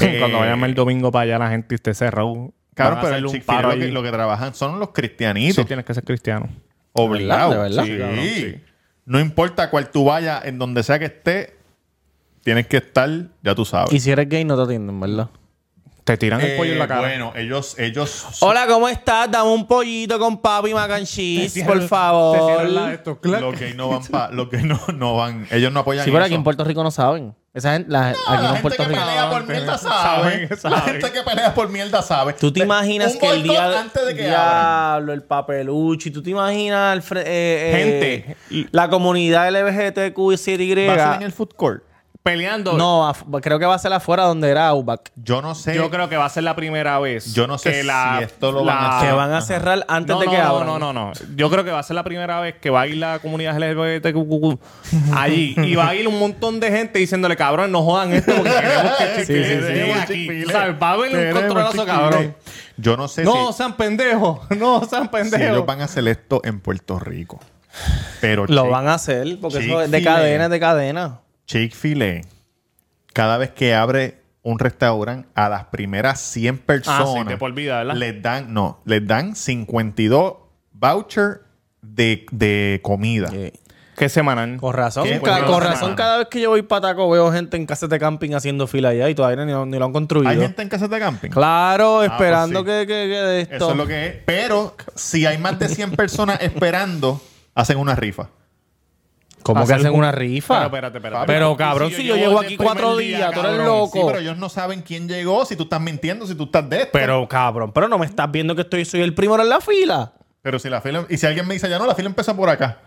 Speaker 1: Eh,
Speaker 6: Cuando vayamos el domingo para allá, la gente esté cerrado.
Speaker 1: Cabrón,
Speaker 6: Van a
Speaker 1: pero
Speaker 6: hacerle
Speaker 1: el
Speaker 6: un
Speaker 1: Chick-fil-A
Speaker 6: paro
Speaker 1: lo que,
Speaker 6: allí.
Speaker 1: lo que trabajan son los
Speaker 6: Sí,
Speaker 1: cristianitos.
Speaker 6: tienes que ser cristiano.
Speaker 1: Obligado.
Speaker 3: De verdad, de verdad.
Speaker 1: Sí.
Speaker 6: Sí, cabrón, sí.
Speaker 1: No importa cuál tú vayas, en donde sea que esté, tienes que estar, ya tú sabes.
Speaker 3: Y si eres gay no te atienden, ¿verdad?
Speaker 6: Te tiran el
Speaker 1: Eh,
Speaker 6: pollo en la cara.
Speaker 1: Bueno, ellos, ellos.
Speaker 3: Hola, ¿cómo estás? Dame un pollito con papi mac and cheese, por favor.
Speaker 6: esto,
Speaker 1: Los que no van pa, los que no, no van, ellos no apoyan.
Speaker 3: Sí, pero
Speaker 1: eso.
Speaker 3: aquí en Puerto Rico no saben. Esa gente, la-
Speaker 1: Ah,
Speaker 3: aquí
Speaker 1: la
Speaker 3: no en
Speaker 1: gente
Speaker 3: Puerto
Speaker 1: que
Speaker 3: Rico.
Speaker 1: pelea por mierda sabe.
Speaker 6: Saben,
Speaker 1: La
Speaker 6: saben.
Speaker 1: gente que pelea por mierda sabe.
Speaker 3: Tú te
Speaker 1: De-
Speaker 3: imaginas
Speaker 1: un
Speaker 3: que el día
Speaker 1: boicot
Speaker 3: de-
Speaker 1: antes de que abran.
Speaker 3: diablo, el papeluchi, tú te imaginas el fre- eh, eh,
Speaker 6: Gente.
Speaker 3: la comunidad LGBTQ y CY.
Speaker 1: ¿Va a ser en el food court?
Speaker 6: Peleando.
Speaker 3: No, af- creo que va a ser afuera donde era Aubac.
Speaker 1: Yo no sé.
Speaker 6: Yo creo que va a ser la primera vez.
Speaker 1: Yo no sé
Speaker 6: que
Speaker 1: si esto lo van a
Speaker 3: que
Speaker 1: hacer.
Speaker 3: van a cerrar antes
Speaker 6: Ah, no,
Speaker 3: de
Speaker 6: no,
Speaker 3: que
Speaker 6: no,
Speaker 3: abran.
Speaker 6: no, no, no. Yo creo que va a ser la primera vez que va a ir la comunidad LGBTQ allí. Y va a ir un montón de gente diciéndole, cabrón, no jodan esto porque queremos que Chick-fil-A
Speaker 3: sí, sí.
Speaker 6: llegue aquí. O sea, va a haber un
Speaker 1: Tenemos
Speaker 6: controlazo,
Speaker 1: Chick-fil-A.
Speaker 6: cabrón.
Speaker 1: Yo no sé
Speaker 6: No
Speaker 1: si,
Speaker 6: sean pendejos. No sean
Speaker 1: si ellos
Speaker 6: pendejos.
Speaker 1: van a hacer esto en Puerto Rico. Pero
Speaker 3: Lo
Speaker 1: che-
Speaker 3: van a hacer, porque eso es de
Speaker 1: Chick-fil-A.
Speaker 3: cadena, es de cadena.
Speaker 1: Chick-fil-A, cada vez que abre un restaurante, a las primeras 100 personas
Speaker 6: Ah, sí, de por vida, ¿verdad?
Speaker 1: les dan, no, les dan 52 vouchers de, de comida.
Speaker 3: Eh,
Speaker 6: ¿Qué semanal?
Speaker 3: Con razón, pues,
Speaker 1: Qué
Speaker 3: ca-
Speaker 1: buena
Speaker 3: con
Speaker 1: semana.
Speaker 3: razón cada vez que yo voy para Taco veo gente en casas de camping haciendo fila allá y todavía ni, lo- ni lo han construido.
Speaker 1: ¿Hay gente en casa de camping?
Speaker 3: Claro, esperando
Speaker 1: pues
Speaker 3: que, que- que de esto.
Speaker 1: Eso es lo que es. Pero si hay más de 100 personas esperando, hacen una rifa.
Speaker 3: ¿Cómo que
Speaker 6: Hacer
Speaker 3: hacen
Speaker 6: un-
Speaker 3: una rifa?
Speaker 6: Pero espérate, espérate.
Speaker 3: Pero, cabrón, si yo llevo
Speaker 6: desde
Speaker 3: aquí
Speaker 6: el primer
Speaker 3: cuatro
Speaker 6: día,
Speaker 3: días, tú eres
Speaker 6: cabrón.
Speaker 3: loco.
Speaker 1: Sí, pero ellos no saben quién llegó, si tú estás mintiendo, si tú estás de esto.
Speaker 3: Pero, cabrón, pero no me estás viendo que estoy soy el primero en la fila.
Speaker 1: Pero si la fila... Y si alguien me dice, ya no, la fila empieza por acá.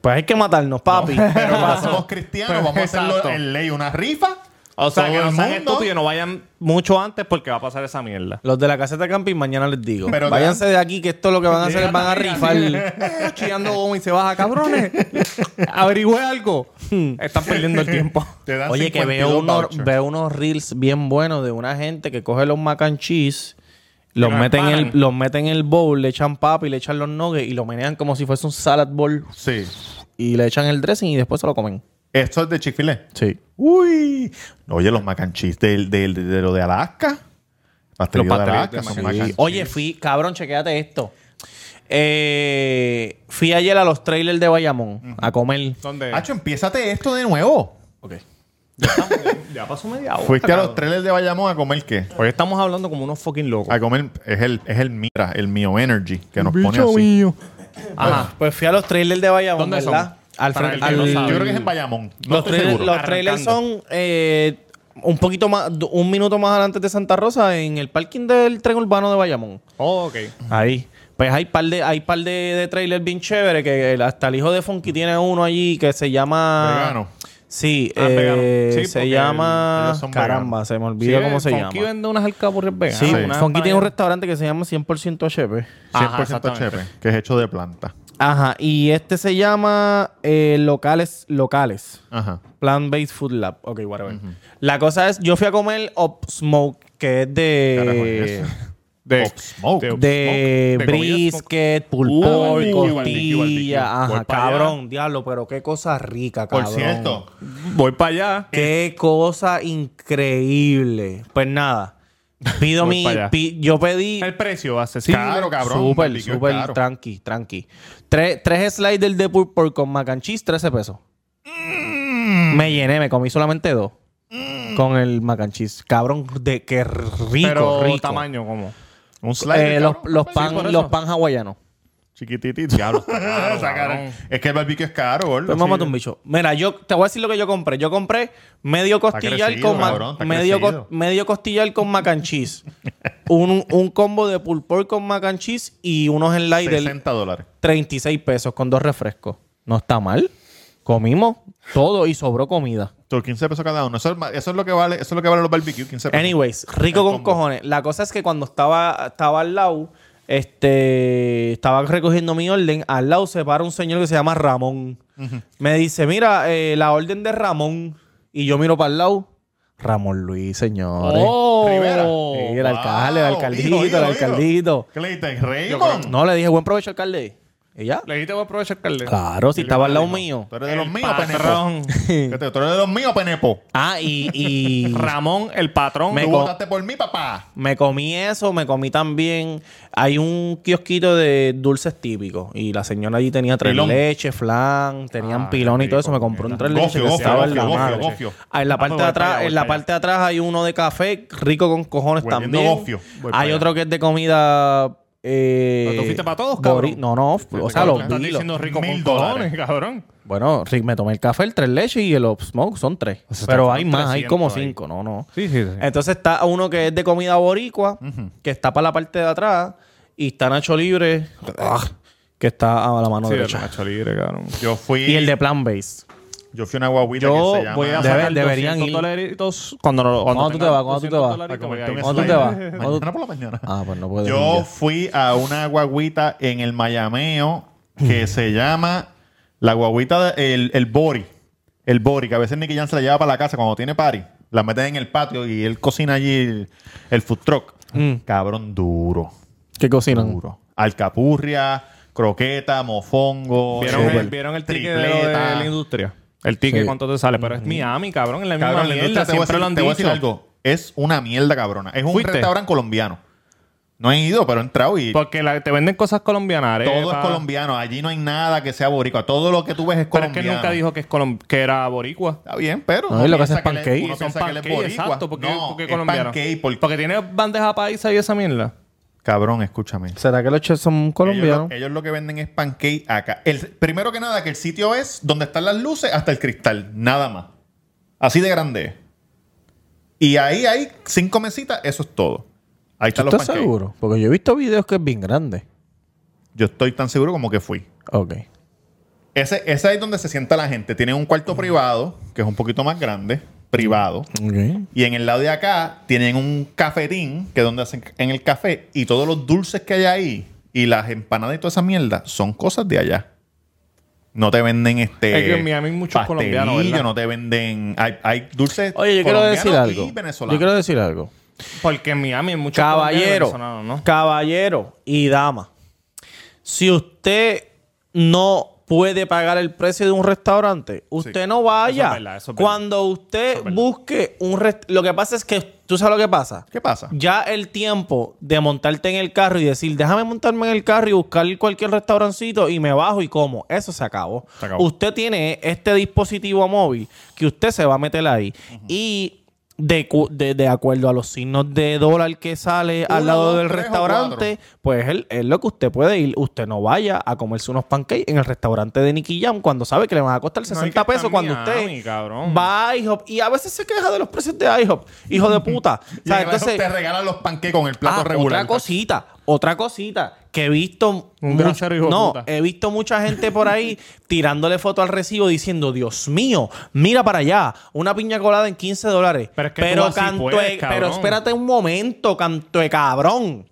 Speaker 3: Pues hay que matarnos, papi.
Speaker 1: Pero como somos cristianos,
Speaker 6: Pero-
Speaker 1: vamos a hacerlo
Speaker 6: Exacto.
Speaker 1: en ley, una rifa.
Speaker 6: O sea,
Speaker 1: Todo
Speaker 6: que no
Speaker 1: el
Speaker 6: sean
Speaker 1: mundo.
Speaker 6: estúpidos, no vayan mucho antes porque va a pasar esa mierda.
Speaker 3: Los de la caseta de camping mañana les digo.
Speaker 1: Pero
Speaker 3: Váyanse de aquí que esto lo que van a hacer es van a
Speaker 6: Llega
Speaker 3: rifar.
Speaker 6: también así, Chillando goma y se baja, cabrones. Averigüe algo. Están perdiendo el tiempo.
Speaker 1: Te dan
Speaker 3: Oye, que
Speaker 1: 52
Speaker 3: veo, unos-
Speaker 1: vouchers.
Speaker 3: veo unos reels bien buenos de una gente que coge los mac and cheese, los
Speaker 6: los
Speaker 3: meten, en el,
Speaker 6: empanan.
Speaker 3: los meten en el bowl, le echan papa y le echan los nuggets y lo menean como si fuese un salad bowl
Speaker 1: Sí.
Speaker 3: y le echan el dressing y después se lo comen.
Speaker 1: Esto es de Chick-fil-A.
Speaker 3: Sí.
Speaker 1: Uy. Oye, los macanchis del, del, de lo de Alaska. Pastelillo
Speaker 6: Los
Speaker 1: de
Speaker 6: pasteles
Speaker 1: Alaska
Speaker 6: de
Speaker 1: son
Speaker 6: mac and
Speaker 1: mac and cheese.
Speaker 3: Oye, fui, cabrón, chequéate esto. Eh, fui ayer a los trailers de Bayamón a comer.
Speaker 6: ¿Dónde?
Speaker 1: Hacho, empiézate esto de nuevo.
Speaker 6: Ya, estamos- ya pasó media hora.
Speaker 1: Fuiste a los
Speaker 6: cabrón.
Speaker 1: trailers de Bayamón a comer qué?
Speaker 6: Hoy estamos hablando como unos fucking locos.
Speaker 1: A comer, es el, es el Mira, el Mio Energy, que nos pone así.
Speaker 6: Ajá.
Speaker 3: Pues fui a los trailers de Bayamón,
Speaker 6: ¿Dónde son?
Speaker 3: ¿verdad? Al
Speaker 6: Para
Speaker 3: frente-
Speaker 6: el que
Speaker 3: al-
Speaker 6: no
Speaker 1: Yo
Speaker 6: sabe.
Speaker 1: creo que es en Bayamón. No
Speaker 3: los,
Speaker 1: estoy
Speaker 3: trailers-
Speaker 1: seguro.
Speaker 3: los trailers son eh, un poquito más, un minuto más adelante de Santa Rosa, en el parking del tren urbano de Bayamón.
Speaker 6: Oh, ok.
Speaker 3: Ahí. Pues hay par de, hay par de, de trailers bien chévere que el- hasta el hijo de Funky tiene uno allí que se llama.
Speaker 1: Vegano.
Speaker 3: Sí,
Speaker 6: Ah,
Speaker 3: eh,
Speaker 6: vegano. Sí,
Speaker 3: se
Speaker 6: porque
Speaker 3: llama.
Speaker 1: ellos son
Speaker 3: Caramba,
Speaker 1: veganos.
Speaker 3: se me olvida
Speaker 6: Sí,
Speaker 3: cómo se
Speaker 6: Funky
Speaker 3: llama.
Speaker 6: vende unas alcapurrias veganas.
Speaker 3: Sí,
Speaker 6: unas
Speaker 3: Funky tiene
Speaker 6: empanadas.
Speaker 3: un restaurante que se llama 100% HP.
Speaker 6: Ajá,
Speaker 1: 100%
Speaker 6: exactamente.
Speaker 1: chepe, que es hecho de planta.
Speaker 3: Ajá, y este se llama eh, Locales Locales.
Speaker 1: Ajá.
Speaker 3: Plant Based Food Lab. Ok, whatever. La cosa es, yo fui a comer Up Smoke, que es
Speaker 1: Carajo,
Speaker 3: de.
Speaker 1: eso.
Speaker 6: De,
Speaker 1: Pop Smoke.
Speaker 6: de-
Speaker 3: De
Speaker 6: Smoke, de
Speaker 3: brisket, pulpón,
Speaker 6: barbecue, barbecue, barbecue.
Speaker 3: costilla.
Speaker 6: Voy
Speaker 3: Ajá,
Speaker 6: para allá.
Speaker 3: cabrón, diablo, pero qué cosa rica,
Speaker 1: Por
Speaker 3: cabrón.
Speaker 1: cierto,
Speaker 6: Voy para allá.
Speaker 3: Qué cosa increíble. Pues nada. Pido
Speaker 6: Voy
Speaker 3: mi.
Speaker 6: para allá.
Speaker 3: pi- yo pedí.
Speaker 6: El precio accesible.
Speaker 1: Caro, cabrón.
Speaker 3: Súper,
Speaker 1: barbecue es
Speaker 3: súper
Speaker 1: caro.
Speaker 3: tranqui, tranqui. Tres, tres sliders de purple con macanchis, 13 pesos.
Speaker 1: Mm.
Speaker 3: Me llené, me comí solamente dos. Con el macanchis. Cabrón, de qué rico,
Speaker 6: Pero
Speaker 3: rico.
Speaker 6: tamaño como.
Speaker 1: un
Speaker 3: Eh,
Speaker 1: slider.
Speaker 3: los,
Speaker 1: cabrón,
Speaker 3: los
Speaker 1: sí,
Speaker 3: pan,
Speaker 1: por eso.
Speaker 3: los pan hawaianos.
Speaker 1: Chiquititito. Diablo, está caro, está caro.
Speaker 6: cabrón.
Speaker 1: Es que el barbecue es caro, gordo.
Speaker 3: Pues
Speaker 1: Sí.
Speaker 3: mamá un bicho. Mira, yo te voy a decir lo que yo compré. Yo compré medio costillar
Speaker 1: crecido,
Speaker 3: con ma-
Speaker 1: cabrón, está
Speaker 3: medio,
Speaker 1: crecido.
Speaker 3: cos- medio costillar con mac and cheese. un, un combo de pulled pork con mac and cheese y unos sliders
Speaker 1: 60 dólares.
Speaker 3: 36 pesos con dos refrescos. No está mal. Comimos todo y sobró comida.
Speaker 1: Tú, 15 pesos cada uno. Eso es, ma- eso es lo que vale, eso es lo que vale los barbecue, 15 pesos.
Speaker 3: Anyways, rico
Speaker 1: El
Speaker 3: con
Speaker 1: combo.
Speaker 3: cojones. La cosa es que cuando estaba, estaba al lado, este, estaba recogiendo mi orden, al lado se para un señor que se llama Ramón. Me dice, mira, eh, la orden de Ramón. Y yo miro para el lado. Ramón Luis, señores.
Speaker 1: Oh. Rivera.
Speaker 3: Sí, el alcalde, el
Speaker 1: Wow,
Speaker 3: alcaldito,
Speaker 1: oído, oído,
Speaker 3: el
Speaker 1: oído.
Speaker 3: alcaldito.
Speaker 1: Clayton Raymond.
Speaker 3: No, le dije, buen provecho, alcalde. ¿Y ya?
Speaker 6: Le dijiste voy a aprovechar alcalde.
Speaker 3: Claro, si estaba al lado mío.
Speaker 1: Tú eres de
Speaker 6: El
Speaker 1: los míos,
Speaker 6: patrón.
Speaker 1: Penepo. Fíjate, Tú eres de los míos, Penepo.
Speaker 3: Ah, y, y
Speaker 6: Ramón, el patrón.
Speaker 3: Me
Speaker 1: Tú
Speaker 3: co-
Speaker 1: votaste por mí, papá.
Speaker 3: Me comí eso, me comí también. Hay un kiosquito de dulces típicos. Y la señora allí tenía tres
Speaker 1: Pilón.
Speaker 3: leches, flan, tenían
Speaker 6: Ah,
Speaker 3: pilón
Speaker 6: qué
Speaker 3: y todo eso.
Speaker 6: rico,
Speaker 3: Me compró un
Speaker 6: mira.
Speaker 3: tres leches
Speaker 1: Gofio,
Speaker 3: que
Speaker 1: gofio,
Speaker 3: estaba en la
Speaker 1: gofio,
Speaker 3: madre.
Speaker 1: gofio, gofio.
Speaker 3: Ah, en la
Speaker 6: Ah,
Speaker 3: parte
Speaker 6: pues
Speaker 3: de
Speaker 6: voy para
Speaker 3: atrás,
Speaker 6: allá, voy
Speaker 3: en la
Speaker 6: para
Speaker 3: parte de atrás hay uno de café, rico con cojones
Speaker 1: Hueliendo
Speaker 3: también.
Speaker 1: gofio. Voy para
Speaker 3: Hay
Speaker 1: allá.
Speaker 3: otro que es de comida. eh,
Speaker 6: ¿Pero tú fuiste para todos, cabrón?
Speaker 3: bori- No, no, o sea,
Speaker 6: Cabrón,
Speaker 3: los
Speaker 6: Estás
Speaker 3: vi, los-
Speaker 6: diciendo rico
Speaker 1: Mil
Speaker 6: con
Speaker 1: dólares.
Speaker 6: cojones, cabrón.
Speaker 3: Bueno, sí, me tomé el café, el tres leches y el Op smoke, son tres.
Speaker 6: sea,
Speaker 3: Pero
Speaker 6: fueron
Speaker 3: hay más, hay como
Speaker 6: 300 ahí.
Speaker 3: cinco, no, no.
Speaker 6: Sí, sí, sí.
Speaker 3: Entonces está uno que es de comida boricua, que está para la parte de atrás, y está Nacho Libre, ah, que está a la mano
Speaker 6: Sí,
Speaker 3: derecha.
Speaker 6: Nacho Libre, cabrón.
Speaker 1: Yo fui.
Speaker 3: Y el de Plan Base.
Speaker 1: Yo fui a una guaguita
Speaker 6: Yo
Speaker 1: que se llama.
Speaker 6: voy a
Speaker 3: Debe-
Speaker 6: sacar
Speaker 3: deberían
Speaker 6: 200
Speaker 3: ir.
Speaker 6: dolaritos cuando, lo-
Speaker 3: ¿Cuándo tú
Speaker 6: tenga
Speaker 3: te vas? ¿Cuándo tú te
Speaker 6: 200
Speaker 3: vas?
Speaker 6: dolaritos,
Speaker 1: Para
Speaker 6: voy
Speaker 1: comerte
Speaker 6: a ir.
Speaker 1: un
Speaker 3: ¿Cuándo te
Speaker 1: slider.
Speaker 3: vas? ¿Cuándo-
Speaker 1: Mañana por la mañana.
Speaker 3: Ah, pues no puedo.
Speaker 1: Yo fui a una guaguita en el Mayameo que se llama la guaguita, de- el, el Bori. El Bori, que a veces Nicky Jam se la lleva para la casa cuando tiene party. La meten en el patio y él cocina allí el, el food truck. Cabrón, duro.
Speaker 3: ¿Qué cocinan?
Speaker 1: Duro. Alcapurria, croqueta, mofongo.
Speaker 6: ¿Vieron,
Speaker 1: súper.
Speaker 6: el, ¿Vieron el ticket de, lo de la industria? El ticket,
Speaker 3: Sí.
Speaker 6: ¿cuánto te sale? Pero es Miami, cabrón. En la misma
Speaker 1: Mm. Cabrón, la
Speaker 6: mierda.
Speaker 1: industria te voy a
Speaker 6: Siempre
Speaker 1: decir-
Speaker 6: lo han
Speaker 1: te voy a decir
Speaker 6: dicho.
Speaker 1: algo. Es una mierda, cabrona. Es un
Speaker 6: ¿Fuiste? Pues
Speaker 1: restaurante colombiano. No he ido, pero he entrado y
Speaker 6: Porque la- te venden cosas colombianas.
Speaker 1: todo es
Speaker 6: arepa.
Speaker 1: colombiano. Allí no hay nada que sea boricua. Todo lo que tú ves es
Speaker 6: Pero es
Speaker 1: colombiano.
Speaker 6: que él nunca dijo que, es colom- que era boricua.
Speaker 1: Está bien, pero.
Speaker 3: No, y lo que hace es
Speaker 1: piensa él-
Speaker 3: pancake.
Speaker 1: uno
Speaker 6: Son
Speaker 1: piensa que él es
Speaker 6: pancakes,
Speaker 1: boricua.
Speaker 6: exacto. Porque,
Speaker 1: no,
Speaker 6: porque
Speaker 1: es
Speaker 6: colombiano.
Speaker 1: pancake porque-
Speaker 6: Porque tiene bandeja paisa y esa mierda.
Speaker 1: Cabrón, escúchame.
Speaker 3: ¿Será que los chefs son
Speaker 1: Ellos
Speaker 3: colombianos?
Speaker 1: lo, ellos lo que venden es pancake acá. El, primero que nada, que el sitio es donde están las luces hasta el cristal. Nada más. Así de grande. es. Y ahí hay cinco mesitas. Eso es todo. Ahí
Speaker 3: ¿Tú
Speaker 1: están los
Speaker 3: estás
Speaker 1: pancakes.
Speaker 3: seguro? Porque yo he visto videos que es bien grande.
Speaker 1: Yo estoy tan seguro como que fui.
Speaker 3: Ok.
Speaker 1: Ese, ese es donde se sienta la gente. Tienen un cuarto privado, que es un poquito más grande, privado.
Speaker 3: Ok.
Speaker 1: Y en el lado de acá tienen un cafetín, que es donde hacen en el café, y todos los dulces que hay ahí, y las empanadas y toda esa mierda, son cosas de allá. No te venden este.
Speaker 6: Es que en Miami hay muchos
Speaker 1: pastelillo,
Speaker 6: colombianos, ¿verdad?
Speaker 1: no te venden. Hay, hay dulces.
Speaker 3: Oye, yo quiero
Speaker 1: colombianos
Speaker 3: decir algo.
Speaker 1: Y
Speaker 3: Yo
Speaker 1: venezolanos.
Speaker 3: quiero decir algo.
Speaker 6: Porque en Miami hay muchos
Speaker 3: Caballero,
Speaker 6: colombianos venezolanos,
Speaker 3: caballero y dama, si usted no puede pagar el precio de un restaurante, usted no vaya.
Speaker 6: verdad, eso es verdad.
Speaker 3: Cuando usted busque un restaurante, lo que pasa es que ¿Tú sabes lo que pasa?
Speaker 1: ¿Qué pasa?
Speaker 3: Ya el tiempo de montarte en el carro y decir, déjame montarme en el carro y buscar cualquier restaurancito y me bajo y como. Eso se acabó.
Speaker 6: Se acabó.
Speaker 3: Usted tiene este dispositivo móvil que usted se va a meter ahí. Y de, cu- de- de acuerdo a los signos de dólar que sale al
Speaker 1: Uno,
Speaker 3: lado
Speaker 1: dos,
Speaker 3: del
Speaker 1: tres o
Speaker 3: restaurante, pues es, es lo que usted puede ir. Usted no vaya a comerse unos pancakes en el restaurante de Nicky Jam cuando sabe que le van a costar
Speaker 6: No, hay
Speaker 3: 60
Speaker 6: que
Speaker 3: pesos
Speaker 6: estar
Speaker 3: cuando
Speaker 6: Miami,
Speaker 3: usted
Speaker 6: cabrón.
Speaker 3: va a IHOP y a veces se queja de los precios de IHOP, hijo de puta. O
Speaker 1: Y en
Speaker 3: sea,
Speaker 1: el
Speaker 3: entonces,
Speaker 1: te regalan los panqueques con el plato
Speaker 3: Ah,
Speaker 1: regular.
Speaker 3: Otra cosita, otra cosita que he visto.
Speaker 6: Un
Speaker 3: much-
Speaker 6: grosero hijo de
Speaker 3: No,
Speaker 6: puta.
Speaker 3: he visto mucha gente por ahí tirándole foto al recibo diciendo, Dios mío, mira para allá, una piña colada en 15 dólares.
Speaker 6: Pero es que tú así puedes,
Speaker 3: de-
Speaker 6: cabrón.
Speaker 3: pero espérate un momento, canto de cabrón.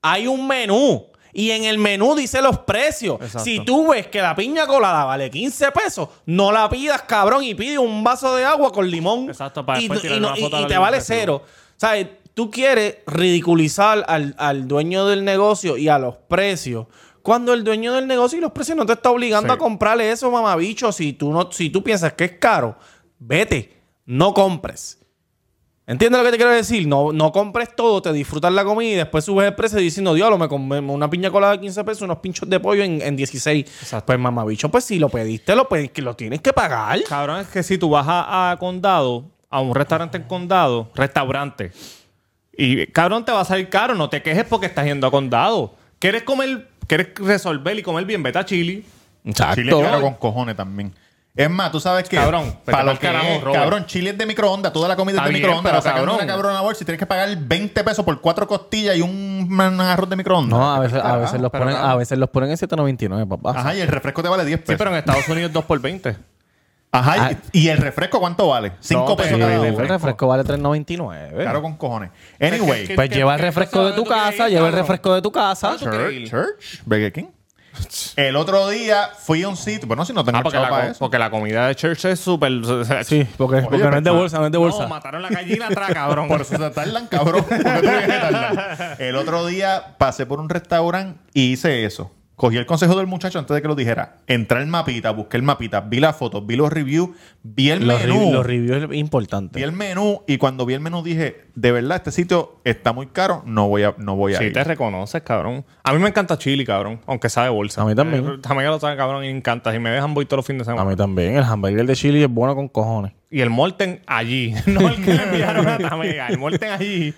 Speaker 3: Hay un menú. Y en el menú dice los precios.
Speaker 6: Exacto.
Speaker 3: Si tú ves que la piña colada vale 15 pesos, no la pidas, cabrón, y pide un vaso de agua con limón.
Speaker 6: Exacto, para
Speaker 3: y,
Speaker 6: después
Speaker 3: y
Speaker 6: tirarle
Speaker 3: no-
Speaker 6: una
Speaker 3: y-
Speaker 6: foto
Speaker 3: y
Speaker 6: al
Speaker 3: te vale
Speaker 6: recibo.
Speaker 3: cero. ¿Sabes? Tú quieres ridiculizar al, al dueño del negocio y a los precios. Cuando el dueño del negocio y los precios no te está obligando
Speaker 6: Sí.
Speaker 3: a comprarle eso, mamabicho. Si tú, no, si tú piensas que es caro, vete. No compres. ¿Entiendes lo que te quiero decir? No, no compres todo, te disfrutas la comida y después subes el precio diciendo, diablo, me comí una piña colada de 15 pesos, unos pinchos de pollo en, en 16. Pues mamabicho, pues si lo pediste, lo, pediste, que lo tienes que pagar.
Speaker 6: Cabrón, es que si tú vas a, a condado, a un restaurante en condado, restaurante, y cabrón te va a salir caro, no te quejes porque estás yendo a condado. ¿Quieres comer, quieres resolver y comer bien? Vete a Chile.
Speaker 1: Chile es caro con cojones también. Es más, tú sabes que.
Speaker 6: Cabrón, vete
Speaker 1: para
Speaker 6: pa'l
Speaker 1: lo que
Speaker 6: carajo,
Speaker 1: es,
Speaker 6: Robert.
Speaker 1: cabrón, chile es de microondas, toda la comida es
Speaker 6: Está
Speaker 1: de
Speaker 6: bien,
Speaker 1: microondas. Pero
Speaker 6: pero
Speaker 1: sacando
Speaker 6: cabrón.
Speaker 1: una cabrona bolsa y tienes que pagar 20 pesos por cuatro costillas y un, un arroz de microondas.
Speaker 3: No, a veces, a
Speaker 1: Carajo,
Speaker 3: veces los
Speaker 1: Ah, pero
Speaker 3: ponen,
Speaker 1: cabrón.
Speaker 3: a veces los ponen en 799, papá. Eh,
Speaker 1: Ajá, y el refresco te vale 10
Speaker 6: Sí,
Speaker 1: pesos.
Speaker 6: pero en Estados Unidos 2 por 20.
Speaker 1: Ajá,
Speaker 3: Ah.
Speaker 1: y, y el refresco cuánto vale? 5
Speaker 6: No,
Speaker 1: pesos
Speaker 6: pero-
Speaker 1: cada
Speaker 6: Sí,
Speaker 1: uno.
Speaker 3: el refresco vale 3.99.
Speaker 1: Caro con cojones. Anyway.
Speaker 6: Es que-
Speaker 3: Pues
Speaker 6: ¿Qué-
Speaker 3: lleva
Speaker 6: qué-
Speaker 3: el
Speaker 6: qué
Speaker 3: refresco de
Speaker 6: persona
Speaker 3: tu
Speaker 6: tú quieres ir,
Speaker 3: casa, lleva el
Speaker 6: cabrón?
Speaker 3: refresco de tu casa.
Speaker 6: ¿Tú quieres ir?
Speaker 1: Church, Church, Burger King. El otro día fui a un sitio. Bueno, si no tengo
Speaker 6: Ah, porque
Speaker 1: chavo
Speaker 6: la,
Speaker 1: para
Speaker 6: co-
Speaker 1: eso.
Speaker 6: porque la comida de Church es súper.
Speaker 3: Sí, porque, porque no es de
Speaker 1: pero-
Speaker 3: bolsa, no es de bolsa.
Speaker 6: No, mataron la gallina atrás, cabrón.
Speaker 1: Por eso se tardan, cabrón. ¿Por qué tú crees que tardan? El otro día pasé por un restaurante y hice eso. Cogí el consejo del muchacho antes de que lo dijera. Entré al mapita, busqué el mapita, vi las fotos, vi los reviews, vi el
Speaker 3: los,
Speaker 1: menú.
Speaker 3: re- los reviews es
Speaker 1: vi
Speaker 3: importante.
Speaker 1: el menú y cuando vi el menú dije, de verdad, este sitio está muy caro, no voy a, no voy a
Speaker 6: Sí,
Speaker 1: ir.
Speaker 6: te reconoces, cabrón. A mí me encanta chili, cabrón. Aunque sabe bolsa.
Speaker 3: A mí también.
Speaker 6: Eh, también lo sabe, cabrón, y me encanta. Y me dejan voy todos los fines de semana.
Speaker 3: A mí también, el hamburger de Chile es bueno con cojones.
Speaker 6: Y el Molten allí. No el que le enviaron a Tamega. El Molten allí.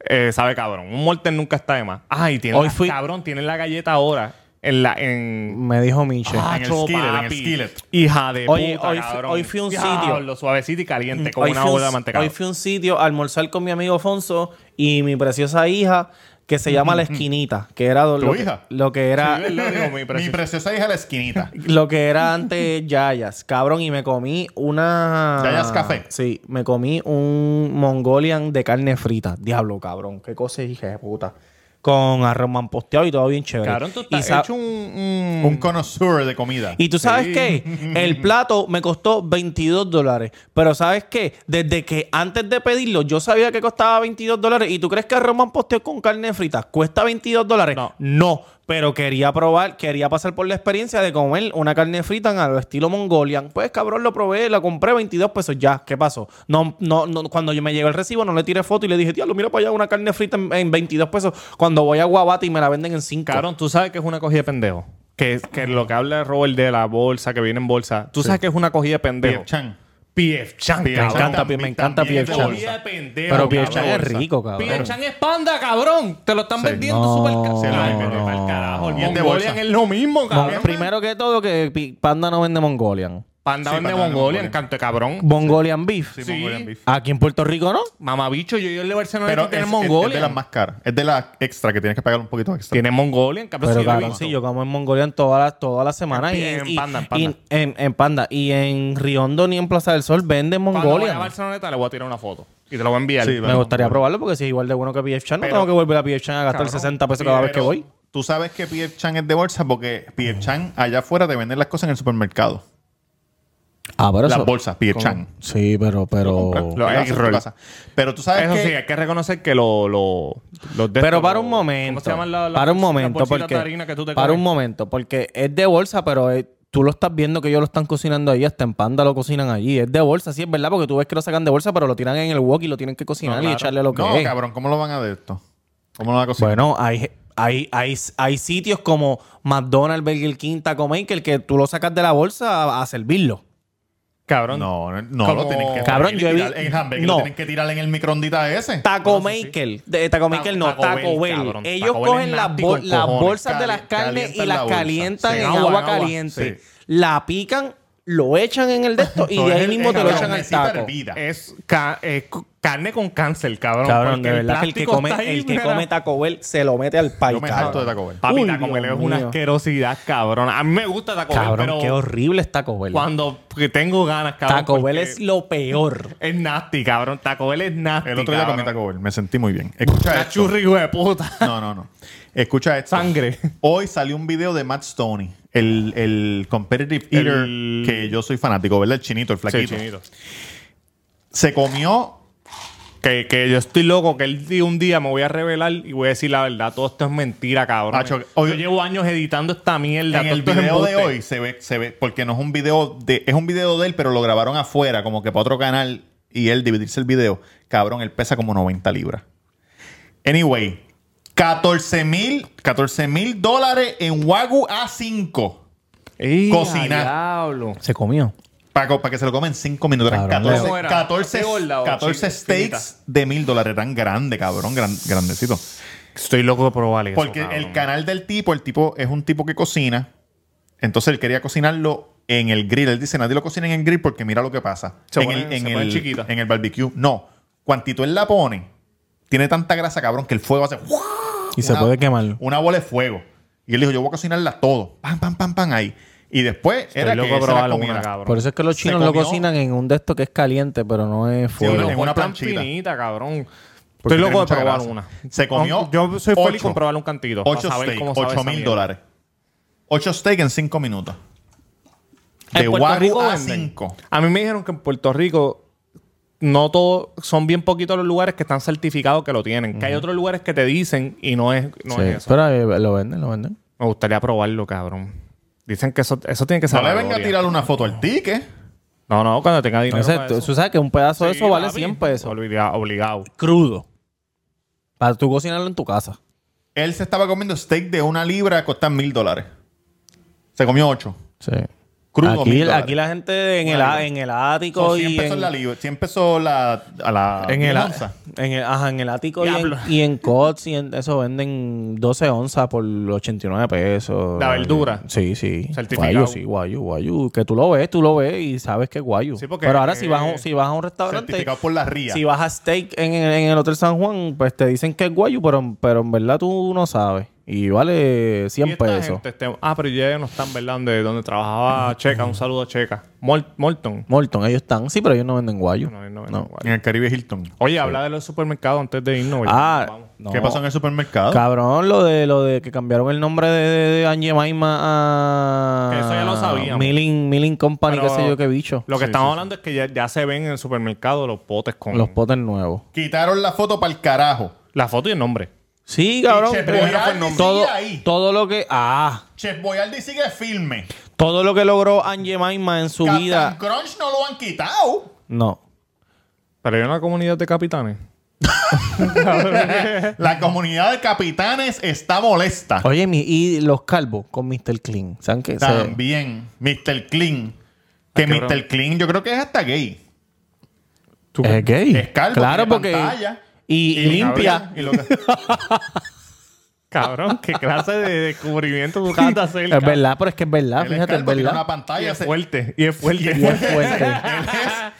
Speaker 6: eh, sabe, cabrón. Un Molten nunca está de más. Ay, tiene
Speaker 3: Hoy
Speaker 6: la-
Speaker 3: fui-
Speaker 6: cabrón, tiene la galleta ahora. En la. En,
Speaker 3: Me dijo Miche.
Speaker 1: Ah, en el
Speaker 6: Acho,
Speaker 1: skillet, en el
Speaker 6: papi.
Speaker 1: skillet.
Speaker 6: Hija de
Speaker 3: Oye,
Speaker 6: puta,
Speaker 3: hoy fui-
Speaker 6: cabrón.
Speaker 3: hoy fui a un
Speaker 6: Diablo, suavecito y caliente, con
Speaker 3: hoy
Speaker 6: una
Speaker 3: fui a un-
Speaker 6: bola de mantecado.
Speaker 3: Hoy fui a un sitio a almorzar con mi amigo Fonso y mi preciosa hija que se llama La Esquinita, que era do-
Speaker 1: ¿Tu
Speaker 3: lo, que-
Speaker 1: hija?
Speaker 3: lo que era
Speaker 6: Sí, lo digo, mi
Speaker 1: Mi
Speaker 6: precioso.
Speaker 1: preciosa hija a la esquinita.
Speaker 3: lo que era antes Yayas, cabrón, y me comí una
Speaker 1: Yayas Café.
Speaker 3: Sí, me comí un Mongolian de carne frita. Diablo, cabrón, qué cosa dije, de puta. Con arroz manposteado y todo bien chévere.
Speaker 6: Cabrón, tú
Speaker 3: Y
Speaker 6: estás
Speaker 3: sa-
Speaker 6: hecho un- un
Speaker 1: Un connoisseur de comida.
Speaker 3: y tú sabes
Speaker 6: Sí.
Speaker 3: qué, el plato me costó 22 dólares. Pero sabes qué, desde que antes de pedirlo yo sabía que costaba 22 dólares. ¿Y tú crees que Roman Posteo con carne frita cuesta 22 dólares?
Speaker 6: No.
Speaker 3: pero quería probar, quería pasar por la experiencia de comer una carne frita en al estilo mongolian. Pues cabrón, lo probé, la compré 22 pesos ya. ¿Qué pasó? No, no, no, cuando yo me llegó el recibo no le tiré foto y le dije, diablo, mira para allá una carne frita en, en 22 pesos. Cuando voy a Guabate y me la venden en 5.
Speaker 6: Cabrón, tú sabes que es una cogida de pendejo. Que, que lo que habla Robert de la bolsa, que viene en bolsa. Tú sabes que es una cogida de pendejo.
Speaker 1: Pierre Chan.
Speaker 6: PF Chan,
Speaker 1: Me
Speaker 6: cabrón.
Speaker 1: encanta
Speaker 3: Pi- me encanta
Speaker 1: También
Speaker 3: Pierre
Speaker 1: de
Speaker 3: Chan.
Speaker 1: bolsa.
Speaker 6: Cogida de pendejo,
Speaker 3: Pero
Speaker 6: cabrón.
Speaker 3: Pierre Chan es
Speaker 1: bolsa.
Speaker 3: rico, cabrón.
Speaker 6: Pierre Chan es panda, cabrón. Te lo están
Speaker 1: Sí.
Speaker 6: vendiendo
Speaker 3: No,
Speaker 6: súper caro.
Speaker 3: no,
Speaker 6: Ay, vete
Speaker 3: no.
Speaker 6: pa'l carajo. El
Speaker 1: Bien de
Speaker 6: Mongolian
Speaker 1: bolsa.
Speaker 6: es lo mismo,
Speaker 3: Mon-
Speaker 6: cabrón.
Speaker 3: primero que todo, que Pi- Panda no vende Mongolian.
Speaker 6: Panda
Speaker 1: Sí,
Speaker 6: vende
Speaker 1: panda vende
Speaker 6: Mongolian,
Speaker 1: Mongolian.
Speaker 6: canto de cabrón.
Speaker 3: Mongolian Beef.
Speaker 1: Sí,
Speaker 6: Sí.
Speaker 1: Mongolian beef.
Speaker 3: Aquí en Puerto Rico, ¿no?
Speaker 6: Mamabicho, yo y el de Barcelona
Speaker 1: Pero
Speaker 6: que tiene
Speaker 1: es, es de
Speaker 6: Mongolian.
Speaker 1: las más caras. Es de las extra que tienes que pagar un poquito extra.
Speaker 6: Tiene Mongolian, cabrón.
Speaker 3: Pero
Speaker 6: sí, yo lo he
Speaker 3: cabrón,
Speaker 6: visto.
Speaker 3: sí, yo como en Mongolian todas las todas las semanas.
Speaker 6: En-
Speaker 3: y-
Speaker 6: en
Speaker 3: y-
Speaker 6: Panda, en
Speaker 3: y-
Speaker 6: Panda.
Speaker 3: en, en Panda. Y en Riondo ni en Plaza del Sol venden
Speaker 6: Cuando vaya a
Speaker 3: Mongolian.
Speaker 6: Barceloneta le voy a tirar una foto. Y te la voy a enviar.
Speaker 1: Sí, va.
Speaker 3: Me gustaría probarlo porque si es igual de bueno que PF Chan, no
Speaker 6: Pero-
Speaker 3: tengo que volver a PF Chan a gastar
Speaker 6: Cabrón,
Speaker 3: 60 pesos cada vez que
Speaker 1: Pero
Speaker 3: voy.
Speaker 1: Tú sabes que Pierre Chan es de bolsa porque Pierre Chan allá afuera te venden las cosas en el supermercado.
Speaker 3: Ah, pero
Speaker 1: Las bolsas, Pierre Chan.
Speaker 3: Sí, pero, pero.
Speaker 1: Lo haces en tu
Speaker 6: egg roll.
Speaker 1: casa. Pero tú sabes
Speaker 6: Eso
Speaker 1: que
Speaker 6: sí, hay que reconocer que lo, lo- los de
Speaker 3: Pero
Speaker 6: estos,
Speaker 3: para
Speaker 6: lo-
Speaker 3: un
Speaker 6: ¿Cómo
Speaker 3: momento.
Speaker 6: se llaman la- la
Speaker 3: para un
Speaker 6: bolsita-
Speaker 3: momento,
Speaker 6: bolsita
Speaker 3: porque.
Speaker 6: de harina que tú te
Speaker 3: para
Speaker 6: comes?
Speaker 3: un momento, porque es de bolsa, pero es- tú lo estás viendo que ellos lo están cocinando ahí, hasta en panda lo cocinan allí. Es de bolsa, sí, es verdad, porque tú ves que lo sacan de bolsa, pero lo tiran en el wok y lo tienen que cocinar y echarle lo que
Speaker 1: No,
Speaker 3: es.
Speaker 1: cabrón, ¿cómo lo van a de esto? ¿Cómo lo van a cocinar?
Speaker 3: Bueno, hay, hay, hay, hay sitios como McDonald's, Burger King, Taco Maker que tú lo sacas de la bolsa a, a servirlo.
Speaker 6: Cabrón.
Speaker 1: No, no, no
Speaker 6: Como-
Speaker 1: lo tienen que
Speaker 3: Cabrón,
Speaker 1: freír y
Speaker 3: yo he vi-
Speaker 1: tirar en hamburger,
Speaker 3: no.
Speaker 1: lo tienen que tirar en el microondita ese.
Speaker 3: Taco Maker, de- Taco
Speaker 6: Ta-
Speaker 3: Maker no,
Speaker 6: Taco
Speaker 3: Taco
Speaker 6: Bell,
Speaker 3: Bell.
Speaker 6: cabrón.
Speaker 3: Ellos
Speaker 6: Taco Bell
Speaker 3: cogen
Speaker 6: es
Speaker 3: las,
Speaker 6: nasty
Speaker 3: bol-
Speaker 6: con
Speaker 3: las
Speaker 1: cojones.
Speaker 3: bolsas de las
Speaker 1: Cali-
Speaker 3: carnes y
Speaker 1: calientan la
Speaker 3: las
Speaker 1: bolsa.
Speaker 3: calientan
Speaker 1: Sí,
Speaker 3: en
Speaker 1: en
Speaker 3: agua,
Speaker 1: agua, en agua.
Speaker 3: caliente.
Speaker 1: Sí.
Speaker 3: La pican, lo echan en el de esto y
Speaker 1: Eso
Speaker 3: de ahí
Speaker 1: es-
Speaker 3: mismo
Speaker 1: es
Speaker 3: te
Speaker 1: la
Speaker 3: lo echan al
Speaker 1: carnecita
Speaker 3: taco.
Speaker 1: hervida.
Speaker 6: Es ca- eh, cu- carne con cáncer, cabrón.
Speaker 3: Cabrón,
Speaker 6: porque
Speaker 3: de verdad que el que
Speaker 6: plástico
Speaker 3: come,
Speaker 6: está ahí,
Speaker 3: el que
Speaker 6: mira.
Speaker 3: come Taco Bell se lo mete al pay.
Speaker 1: Yo me
Speaker 3: cabrón.
Speaker 1: harto de Taco Bell.
Speaker 6: Papi,
Speaker 3: Uy,
Speaker 6: Taco Bell es
Speaker 3: Dios
Speaker 6: una
Speaker 3: mío.
Speaker 6: asquerosidad, cabrón. A mí me gusta Taco Bell,
Speaker 3: Cabrón,
Speaker 6: pero
Speaker 3: qué horrible es Taco Bell.
Speaker 6: cuando que tengo ganas, cabrón.
Speaker 3: Taco Bell
Speaker 6: porque
Speaker 3: es lo peor.
Speaker 6: es nasty, cabrón. Taco Bell es nasty,
Speaker 1: El otro día comí
Speaker 6: cabrón.
Speaker 1: Taco Bell, me sentí muy bien. Escucha
Speaker 6: Una
Speaker 1: esto.
Speaker 6: churri, hijo de puta.
Speaker 1: No, no, no. Escucha esto.
Speaker 6: Sangre.
Speaker 1: Hoy salió un video de Matt Stoney, el, el competitive eater
Speaker 6: El-
Speaker 1: que yo soy fanático, ¿verdad? El chinito, el flaquito. Se comió
Speaker 6: Que, que yo estoy loco, que el día, un día me voy a revelar y voy a decir la verdad. Todo esto es mentira, cabrón.
Speaker 1: Acho,
Speaker 6: yo
Speaker 1: hoy-
Speaker 6: llevo años editando esta mierda.
Speaker 1: en
Speaker 6: todo
Speaker 1: el
Speaker 6: esto es
Speaker 1: video de
Speaker 6: embuste.
Speaker 1: hoy se ve se ve porque no es un video de es un video de él, pero lo grabaron afuera como que para otro canal y él dividirse el video. Cabrón, él pesa como 90 libras. Anyway, 14 mil 14 mil dólares en Wagyu A5.
Speaker 6: ¡Ey,
Speaker 1: Cocina.
Speaker 6: diablo!
Speaker 3: Se comió.
Speaker 1: Para, co- para que se lo comen en 5 minutos. Eran
Speaker 3: Cabrón.
Speaker 1: 14,
Speaker 6: ¿Cómo era?
Speaker 1: 14,
Speaker 6: ¿Así gorda o
Speaker 1: 14
Speaker 6: chi-
Speaker 1: steaks de mil dólares. Tan grande, cabrón. gran- grandecito.
Speaker 6: Estoy loco de probar eso,
Speaker 1: Porque
Speaker 6: cabrón.
Speaker 1: el canal del tipo, el tipo es un tipo que cocina. Entonces él quería cocinarlo en el grill. Él dice, nadie lo cocina en el grill porque mira lo que pasa.
Speaker 6: Se
Speaker 1: en,
Speaker 6: ponen-
Speaker 1: el, en,
Speaker 6: se ponen
Speaker 1: el,
Speaker 6: chiquitas.
Speaker 1: en el barbecue. No. Cuantito él la pone, tiene tanta grasa, cabrón, que el fuego hace... ¡guau!
Speaker 3: Y se
Speaker 1: Una-
Speaker 3: puede quemarlo.
Speaker 1: Una bola de fuego. Y él dijo, yo voy a cocinarla todo. Pam, pam, pam, pam, ahí. Y después
Speaker 6: Estoy
Speaker 1: era
Speaker 6: loco
Speaker 1: que
Speaker 6: de
Speaker 1: él se la
Speaker 6: probarlo, una,
Speaker 1: comiera.
Speaker 6: cabrón.
Speaker 3: Por eso es que los
Speaker 1: Se
Speaker 3: chinos lo
Speaker 1: comió-
Speaker 3: cocinan en un de estos que es caliente, pero no es
Speaker 1: Sí,
Speaker 3: fuego.
Speaker 1: en una
Speaker 6: Cortan
Speaker 1: planchita.
Speaker 6: finita,
Speaker 1: Porque
Speaker 6: cabrón. Estoy
Speaker 1: tiene
Speaker 6: loco de
Speaker 1: mucha
Speaker 6: probar
Speaker 1: grasa.
Speaker 6: una.
Speaker 1: Se comió
Speaker 6: Yo soy feliz
Speaker 1: ocho.
Speaker 6: con probar un cantito. para
Speaker 1: 8
Speaker 6: saber
Speaker 1: steak,
Speaker 6: cómo sabe
Speaker 1: 8
Speaker 6: esa
Speaker 1: mil
Speaker 6: mierda.
Speaker 1: dólares. 8 steak en 5 minutos. De
Speaker 6: En Puerto
Speaker 1: Wagyu
Speaker 6: Rico
Speaker 1: a
Speaker 6: venden.
Speaker 1: 5.
Speaker 6: A mí me dijeron que en Puerto Rico no todos son bien poquitos los lugares que están certificados que lo tienen. Que hay otros lugares que te dicen y no es, no
Speaker 3: Sí,
Speaker 6: es eso.
Speaker 3: Pero eh, lo venden, lo venden.
Speaker 6: Me gustaría probarlo, cabrón. Dicen que eso, eso tiene que
Speaker 1: No
Speaker 6: saber.
Speaker 1: le venga a
Speaker 6: gloria.
Speaker 1: tirar una foto al ticket.
Speaker 6: No, no, cuando tenga dinero.
Speaker 3: Entonces,
Speaker 6: para
Speaker 3: tú,
Speaker 6: eso.
Speaker 3: tú sabes que un pedazo de
Speaker 6: Sí,
Speaker 3: eso vale
Speaker 6: papi,
Speaker 3: 100 pesos.
Speaker 6: obliga- Obligado.
Speaker 3: Crudo. Para tú cocinarlo en tu casa.
Speaker 1: Él se estaba comiendo steak de una libra, costan mil dólares. Se comió 8.
Speaker 3: Sí.
Speaker 1: Crudo,
Speaker 3: aquí,
Speaker 1: mil dólares.
Speaker 3: aquí la gente en el,
Speaker 1: Una
Speaker 3: a-
Speaker 1: libra.
Speaker 3: en el ático
Speaker 1: So, 100
Speaker 3: y
Speaker 1: pesos
Speaker 3: en,
Speaker 1: la libra. 100 pesos la, a la
Speaker 3: en el, a-
Speaker 1: onza.
Speaker 3: en el- ajá, en el ático y en,
Speaker 6: Diablo.
Speaker 3: y en Cots y en eso venden 12 onzas por 89 pesos.
Speaker 6: La verdura.
Speaker 3: Sí, sí.
Speaker 6: Certificado.
Speaker 3: Guayu, sí, guayu, guayu. Que tú lo ves, tú lo ves y sabes que es guayu.
Speaker 6: Sí, porque-
Speaker 3: Pero ahora si, vas a,
Speaker 6: eh,
Speaker 3: un- si vas a un restaurante...
Speaker 1: Certificado por la RIA.
Speaker 3: Si vas a steak en, el- en el Hotel San Juan, pues te dicen que es guayu, pero, pero en verdad tú no sabes. Y vale
Speaker 6: Y
Speaker 3: 100
Speaker 6: esta
Speaker 3: pesos.
Speaker 6: gente, este- ah, pero ya ellos no están, ¿verdad? Donde, donde trabajaba Checa. Un saludo a Checa. Mol- Molton.
Speaker 3: Morton, ellos están, sí, pero ellos no venden guayu.
Speaker 6: No, no, no,
Speaker 3: No.
Speaker 6: igual.
Speaker 1: en el Caribe Hilton.
Speaker 6: Oye, habla de los supermercados antes de irnos. ¿verdad?
Speaker 3: Ah,
Speaker 6: pues, Vamos.
Speaker 3: no.
Speaker 1: ¿Qué pasó en el supermercado?
Speaker 3: Cabrón, lo de, lo de que cambiaron el nombre de, de, de Aunt Jemima a.
Speaker 6: Que eso ya lo sabíamos.
Speaker 3: Milling, Milling Company,
Speaker 6: Pero
Speaker 3: qué sé yo, qué bicho.
Speaker 6: Lo que
Speaker 1: Sí,
Speaker 6: estamos
Speaker 1: sí,
Speaker 6: hablando es que ya, ya se ven en el supermercado los potes con
Speaker 3: Los potes nuevos.
Speaker 1: Quitaron la foto para el carajo.
Speaker 6: la foto y el nombre.
Speaker 3: Sí, cabrón.
Speaker 1: Chef
Speaker 3: pero-
Speaker 1: Boyardi sigue
Speaker 3: todo,
Speaker 1: ahí.
Speaker 3: todo lo que. Ah.
Speaker 1: Chef Boyardi sigue firme.
Speaker 3: Todo lo que logró Aunt Jemima en su vida.
Speaker 1: Captain Crunch no lo han quitado.
Speaker 3: No.
Speaker 6: Pero hay una comunidad de capitanes.
Speaker 1: La comunidad de capitanes está molesta.
Speaker 3: Oye, mi, y los calvos con Mr. Clean. ¿Saben qué? Se-
Speaker 1: También, Mr. Clean. Que
Speaker 6: Ay,
Speaker 1: Mr.
Speaker 6: cabrón.
Speaker 1: Clean yo creo que es hasta gay.
Speaker 3: Es gay.
Speaker 1: Es calvo,
Speaker 3: claro,
Speaker 1: tiene
Speaker 3: porque.
Speaker 1: pantalla.
Speaker 3: Y, y limpia. Ah,
Speaker 1: Y lo que-
Speaker 6: Cabrón, qué clase de descubrimiento tú acabas de hacer.
Speaker 3: Es verdad, pero es que es verdad.
Speaker 1: él es
Speaker 3: Fíjate, es
Speaker 1: calvo, tiene una
Speaker 3: verdad.
Speaker 6: Y
Speaker 1: pantalla.
Speaker 6: es
Speaker 1: se-
Speaker 6: fuerte. Ah, Y es fuerte.
Speaker 3: Y es fuerte.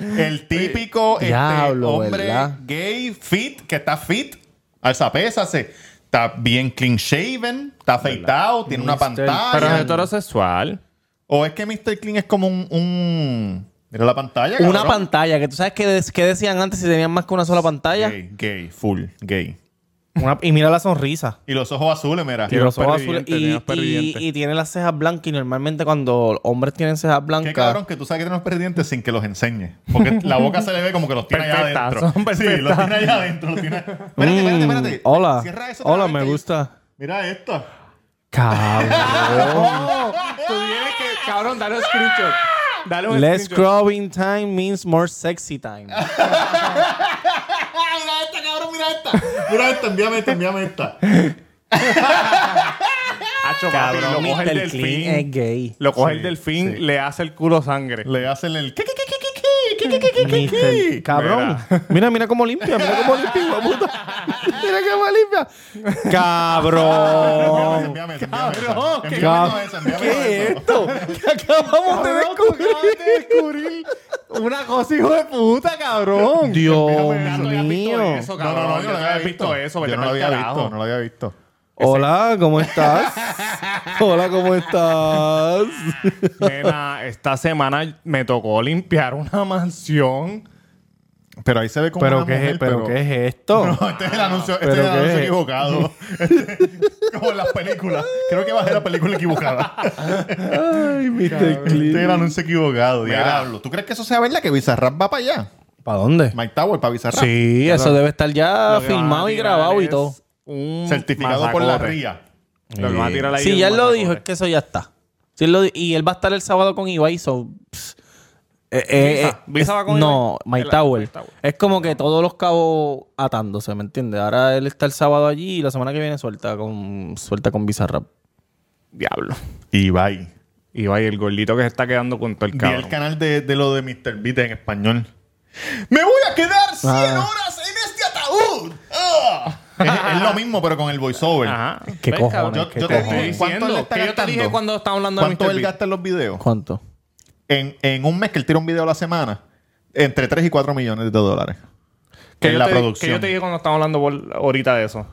Speaker 1: él es el típico este,
Speaker 3: Diablo,
Speaker 1: hombre
Speaker 3: ¿verdad?
Speaker 1: gay, fit, que está fit. Alza pesa, se- está bien clean shaven, está afeitado, tiene una
Speaker 3: Mr.
Speaker 6: Pero es
Speaker 1: pantalla.
Speaker 6: heterosexual.
Speaker 1: O es que Mr. Clean es como un... un- Mira la pantalla,
Speaker 3: Una
Speaker 1: cabrón.
Speaker 3: pantalla, que tú sabes que, des- que decían antes si tenían más que una sola pantalla.
Speaker 1: Gay, gay, full, gay.
Speaker 3: Una- y mira la sonrisa.
Speaker 1: Y los ojos azules, mira.
Speaker 3: Y los ojos azules.
Speaker 6: perdiente,
Speaker 3: Y,
Speaker 6: tiene más perdiente.
Speaker 3: y- y tiene las cejas blancas. Y normalmente cuando hombres tienen cejas
Speaker 1: Qué
Speaker 3: blancas.
Speaker 1: cabrón que tú sabes que tiene los perdientes sin que los enseñe. Porque la boca se le ve como que los tiene allá
Speaker 6: Perfectas,
Speaker 1: adentro.
Speaker 6: son
Speaker 1: Sí,
Speaker 6: perfectas.
Speaker 1: los tiene allá adentro. Los tiene... Espérate, espérate,
Speaker 3: Mm,
Speaker 1: espérate.
Speaker 3: hola.
Speaker 1: Cierra eso otra
Speaker 3: hola,
Speaker 1: vez
Speaker 3: me
Speaker 1: que yo-
Speaker 3: gusta.
Speaker 1: Mira esto.
Speaker 3: Cabrón.
Speaker 6: Tú tienes que, cabrón, dale un screenshot. Dale un
Speaker 3: Less
Speaker 6: screenshot.
Speaker 3: scrubbing time means more sexy time.
Speaker 1: ¡Ay, Ah, mira esta, cabrón! ¡Mira esta! ¡Mira esta! Envíame esta, envíame esta.
Speaker 6: Hacho, papi,
Speaker 3: Cabrón,
Speaker 6: lo coge el
Speaker 3: Mr.
Speaker 6: delfín.
Speaker 3: Clean es gay.
Speaker 6: Lo coge
Speaker 1: Sí,
Speaker 6: el delfín,
Speaker 1: sí.
Speaker 6: le hace el culo sangre.
Speaker 1: Le hacen el... ¿Qué, qué, qué, qué, qué, qué, qué, qué, qué, qué,
Speaker 3: Mister- Cabrón. Mira, mira cómo limpia, mira cómo limpia, hijo de puta. Mira cómo limpia. Cabrón.
Speaker 1: Envíame esa, envíame esa,
Speaker 6: Cabrón,
Speaker 1: envíame esa.
Speaker 3: Cab-
Speaker 1: Envíame esa, envíame
Speaker 3: ¿Qué es
Speaker 1: esa.
Speaker 3: esto? ¿Qué acabamos de descubrir?
Speaker 6: Una cosa, hijo de puta, cabrón.
Speaker 3: Dios mío.
Speaker 6: Eso,
Speaker 1: No, no, no, yo no lo había visto
Speaker 6: eso.
Speaker 1: Yo
Speaker 6: vete
Speaker 1: no lo
Speaker 6: pa'l
Speaker 1: había
Speaker 6: carajo.
Speaker 1: visto, no lo había visto.
Speaker 3: Hola, ¿cómo estás? Hola, ¿cómo estás?
Speaker 6: Nena, esta semana me tocó limpiar una mansión.
Speaker 1: Pero ahí se ve como
Speaker 3: ¿Pero
Speaker 1: una
Speaker 3: qué,
Speaker 1: mujer,
Speaker 3: es, pero qué es esto?
Speaker 1: No, este es el anuncio, este es
Speaker 3: ¿Pero
Speaker 1: el
Speaker 3: qué
Speaker 1: anuncio
Speaker 3: es?
Speaker 1: equivocado. Este- como en las películas. Creo que va a ser la película equivocada.
Speaker 3: Ay, Mr.
Speaker 1: Este es el
Speaker 3: Clean.
Speaker 1: anuncio equivocado, diablo. ¿Tú crees que eso sea verdad? Que Bizarrap va para allá.
Speaker 3: ¿Para dónde?
Speaker 1: Mike Tower para Bizarrap.
Speaker 3: Sí, eso debe estar ya
Speaker 6: Lo que van a
Speaker 3: filmado y
Speaker 6: tirar
Speaker 3: grabado y
Speaker 6: es
Speaker 3: todo.
Speaker 6: un
Speaker 1: Mm, Certificado por la
Speaker 6: masacote.
Speaker 1: RIA.
Speaker 6: Lo que van a tirar ahí es
Speaker 3: Si
Speaker 6: un
Speaker 3: ya él lo
Speaker 6: masacote.
Speaker 3: dijo, es que eso ya está. Si él lo di- y él va a estar el sábado con Ibai, so, pss, eh, eh,
Speaker 6: Visa.
Speaker 3: eh,
Speaker 6: Visa
Speaker 3: es-
Speaker 6: va con
Speaker 3: No,
Speaker 6: Ibai.
Speaker 3: Mike
Speaker 6: El-
Speaker 3: Tower.
Speaker 6: Mike Tower.
Speaker 3: Es como que todos los cabos atándose, ¿me entiendes? Ahora él está el sábado allí y la semana que viene suelta con suelta con Bizarrap.
Speaker 6: Diablo.
Speaker 1: Y bye.
Speaker 6: Y vaya, el gordito que se está quedando con todo el
Speaker 1: Vi
Speaker 6: cabrón.
Speaker 1: el canal de, de lo de Mr. Beat en español. ¡Me voy a quedar 100
Speaker 3: Ah.
Speaker 1: horas en este ataúd! ¡Ah! es, es lo mismo, pero con el voiceover.
Speaker 6: Ajá.
Speaker 3: ¿Qué
Speaker 6: ¿Ves,
Speaker 3: cojones?
Speaker 6: cabrón?
Speaker 1: Yo,
Speaker 3: ¿Qué
Speaker 1: yo te
Speaker 3: cojones?
Speaker 1: dije, ¿cuánto él
Speaker 6: Diciendo
Speaker 1: está
Speaker 6: que yo te
Speaker 1: gastando?
Speaker 6: dije cuando estaba hablando de
Speaker 1: ¿Cuánto
Speaker 6: Mr.
Speaker 1: él
Speaker 6: Beast?
Speaker 1: gasta en los videos?
Speaker 3: ¿Cuánto?
Speaker 1: En, en un mes que él tira un video a la semana, entre 3 y 4 millones de dólares.
Speaker 6: Que
Speaker 1: en
Speaker 6: yo
Speaker 1: la
Speaker 6: te-
Speaker 1: producción.
Speaker 6: Que yo te dije cuando estábamos hablando por- ahorita de eso.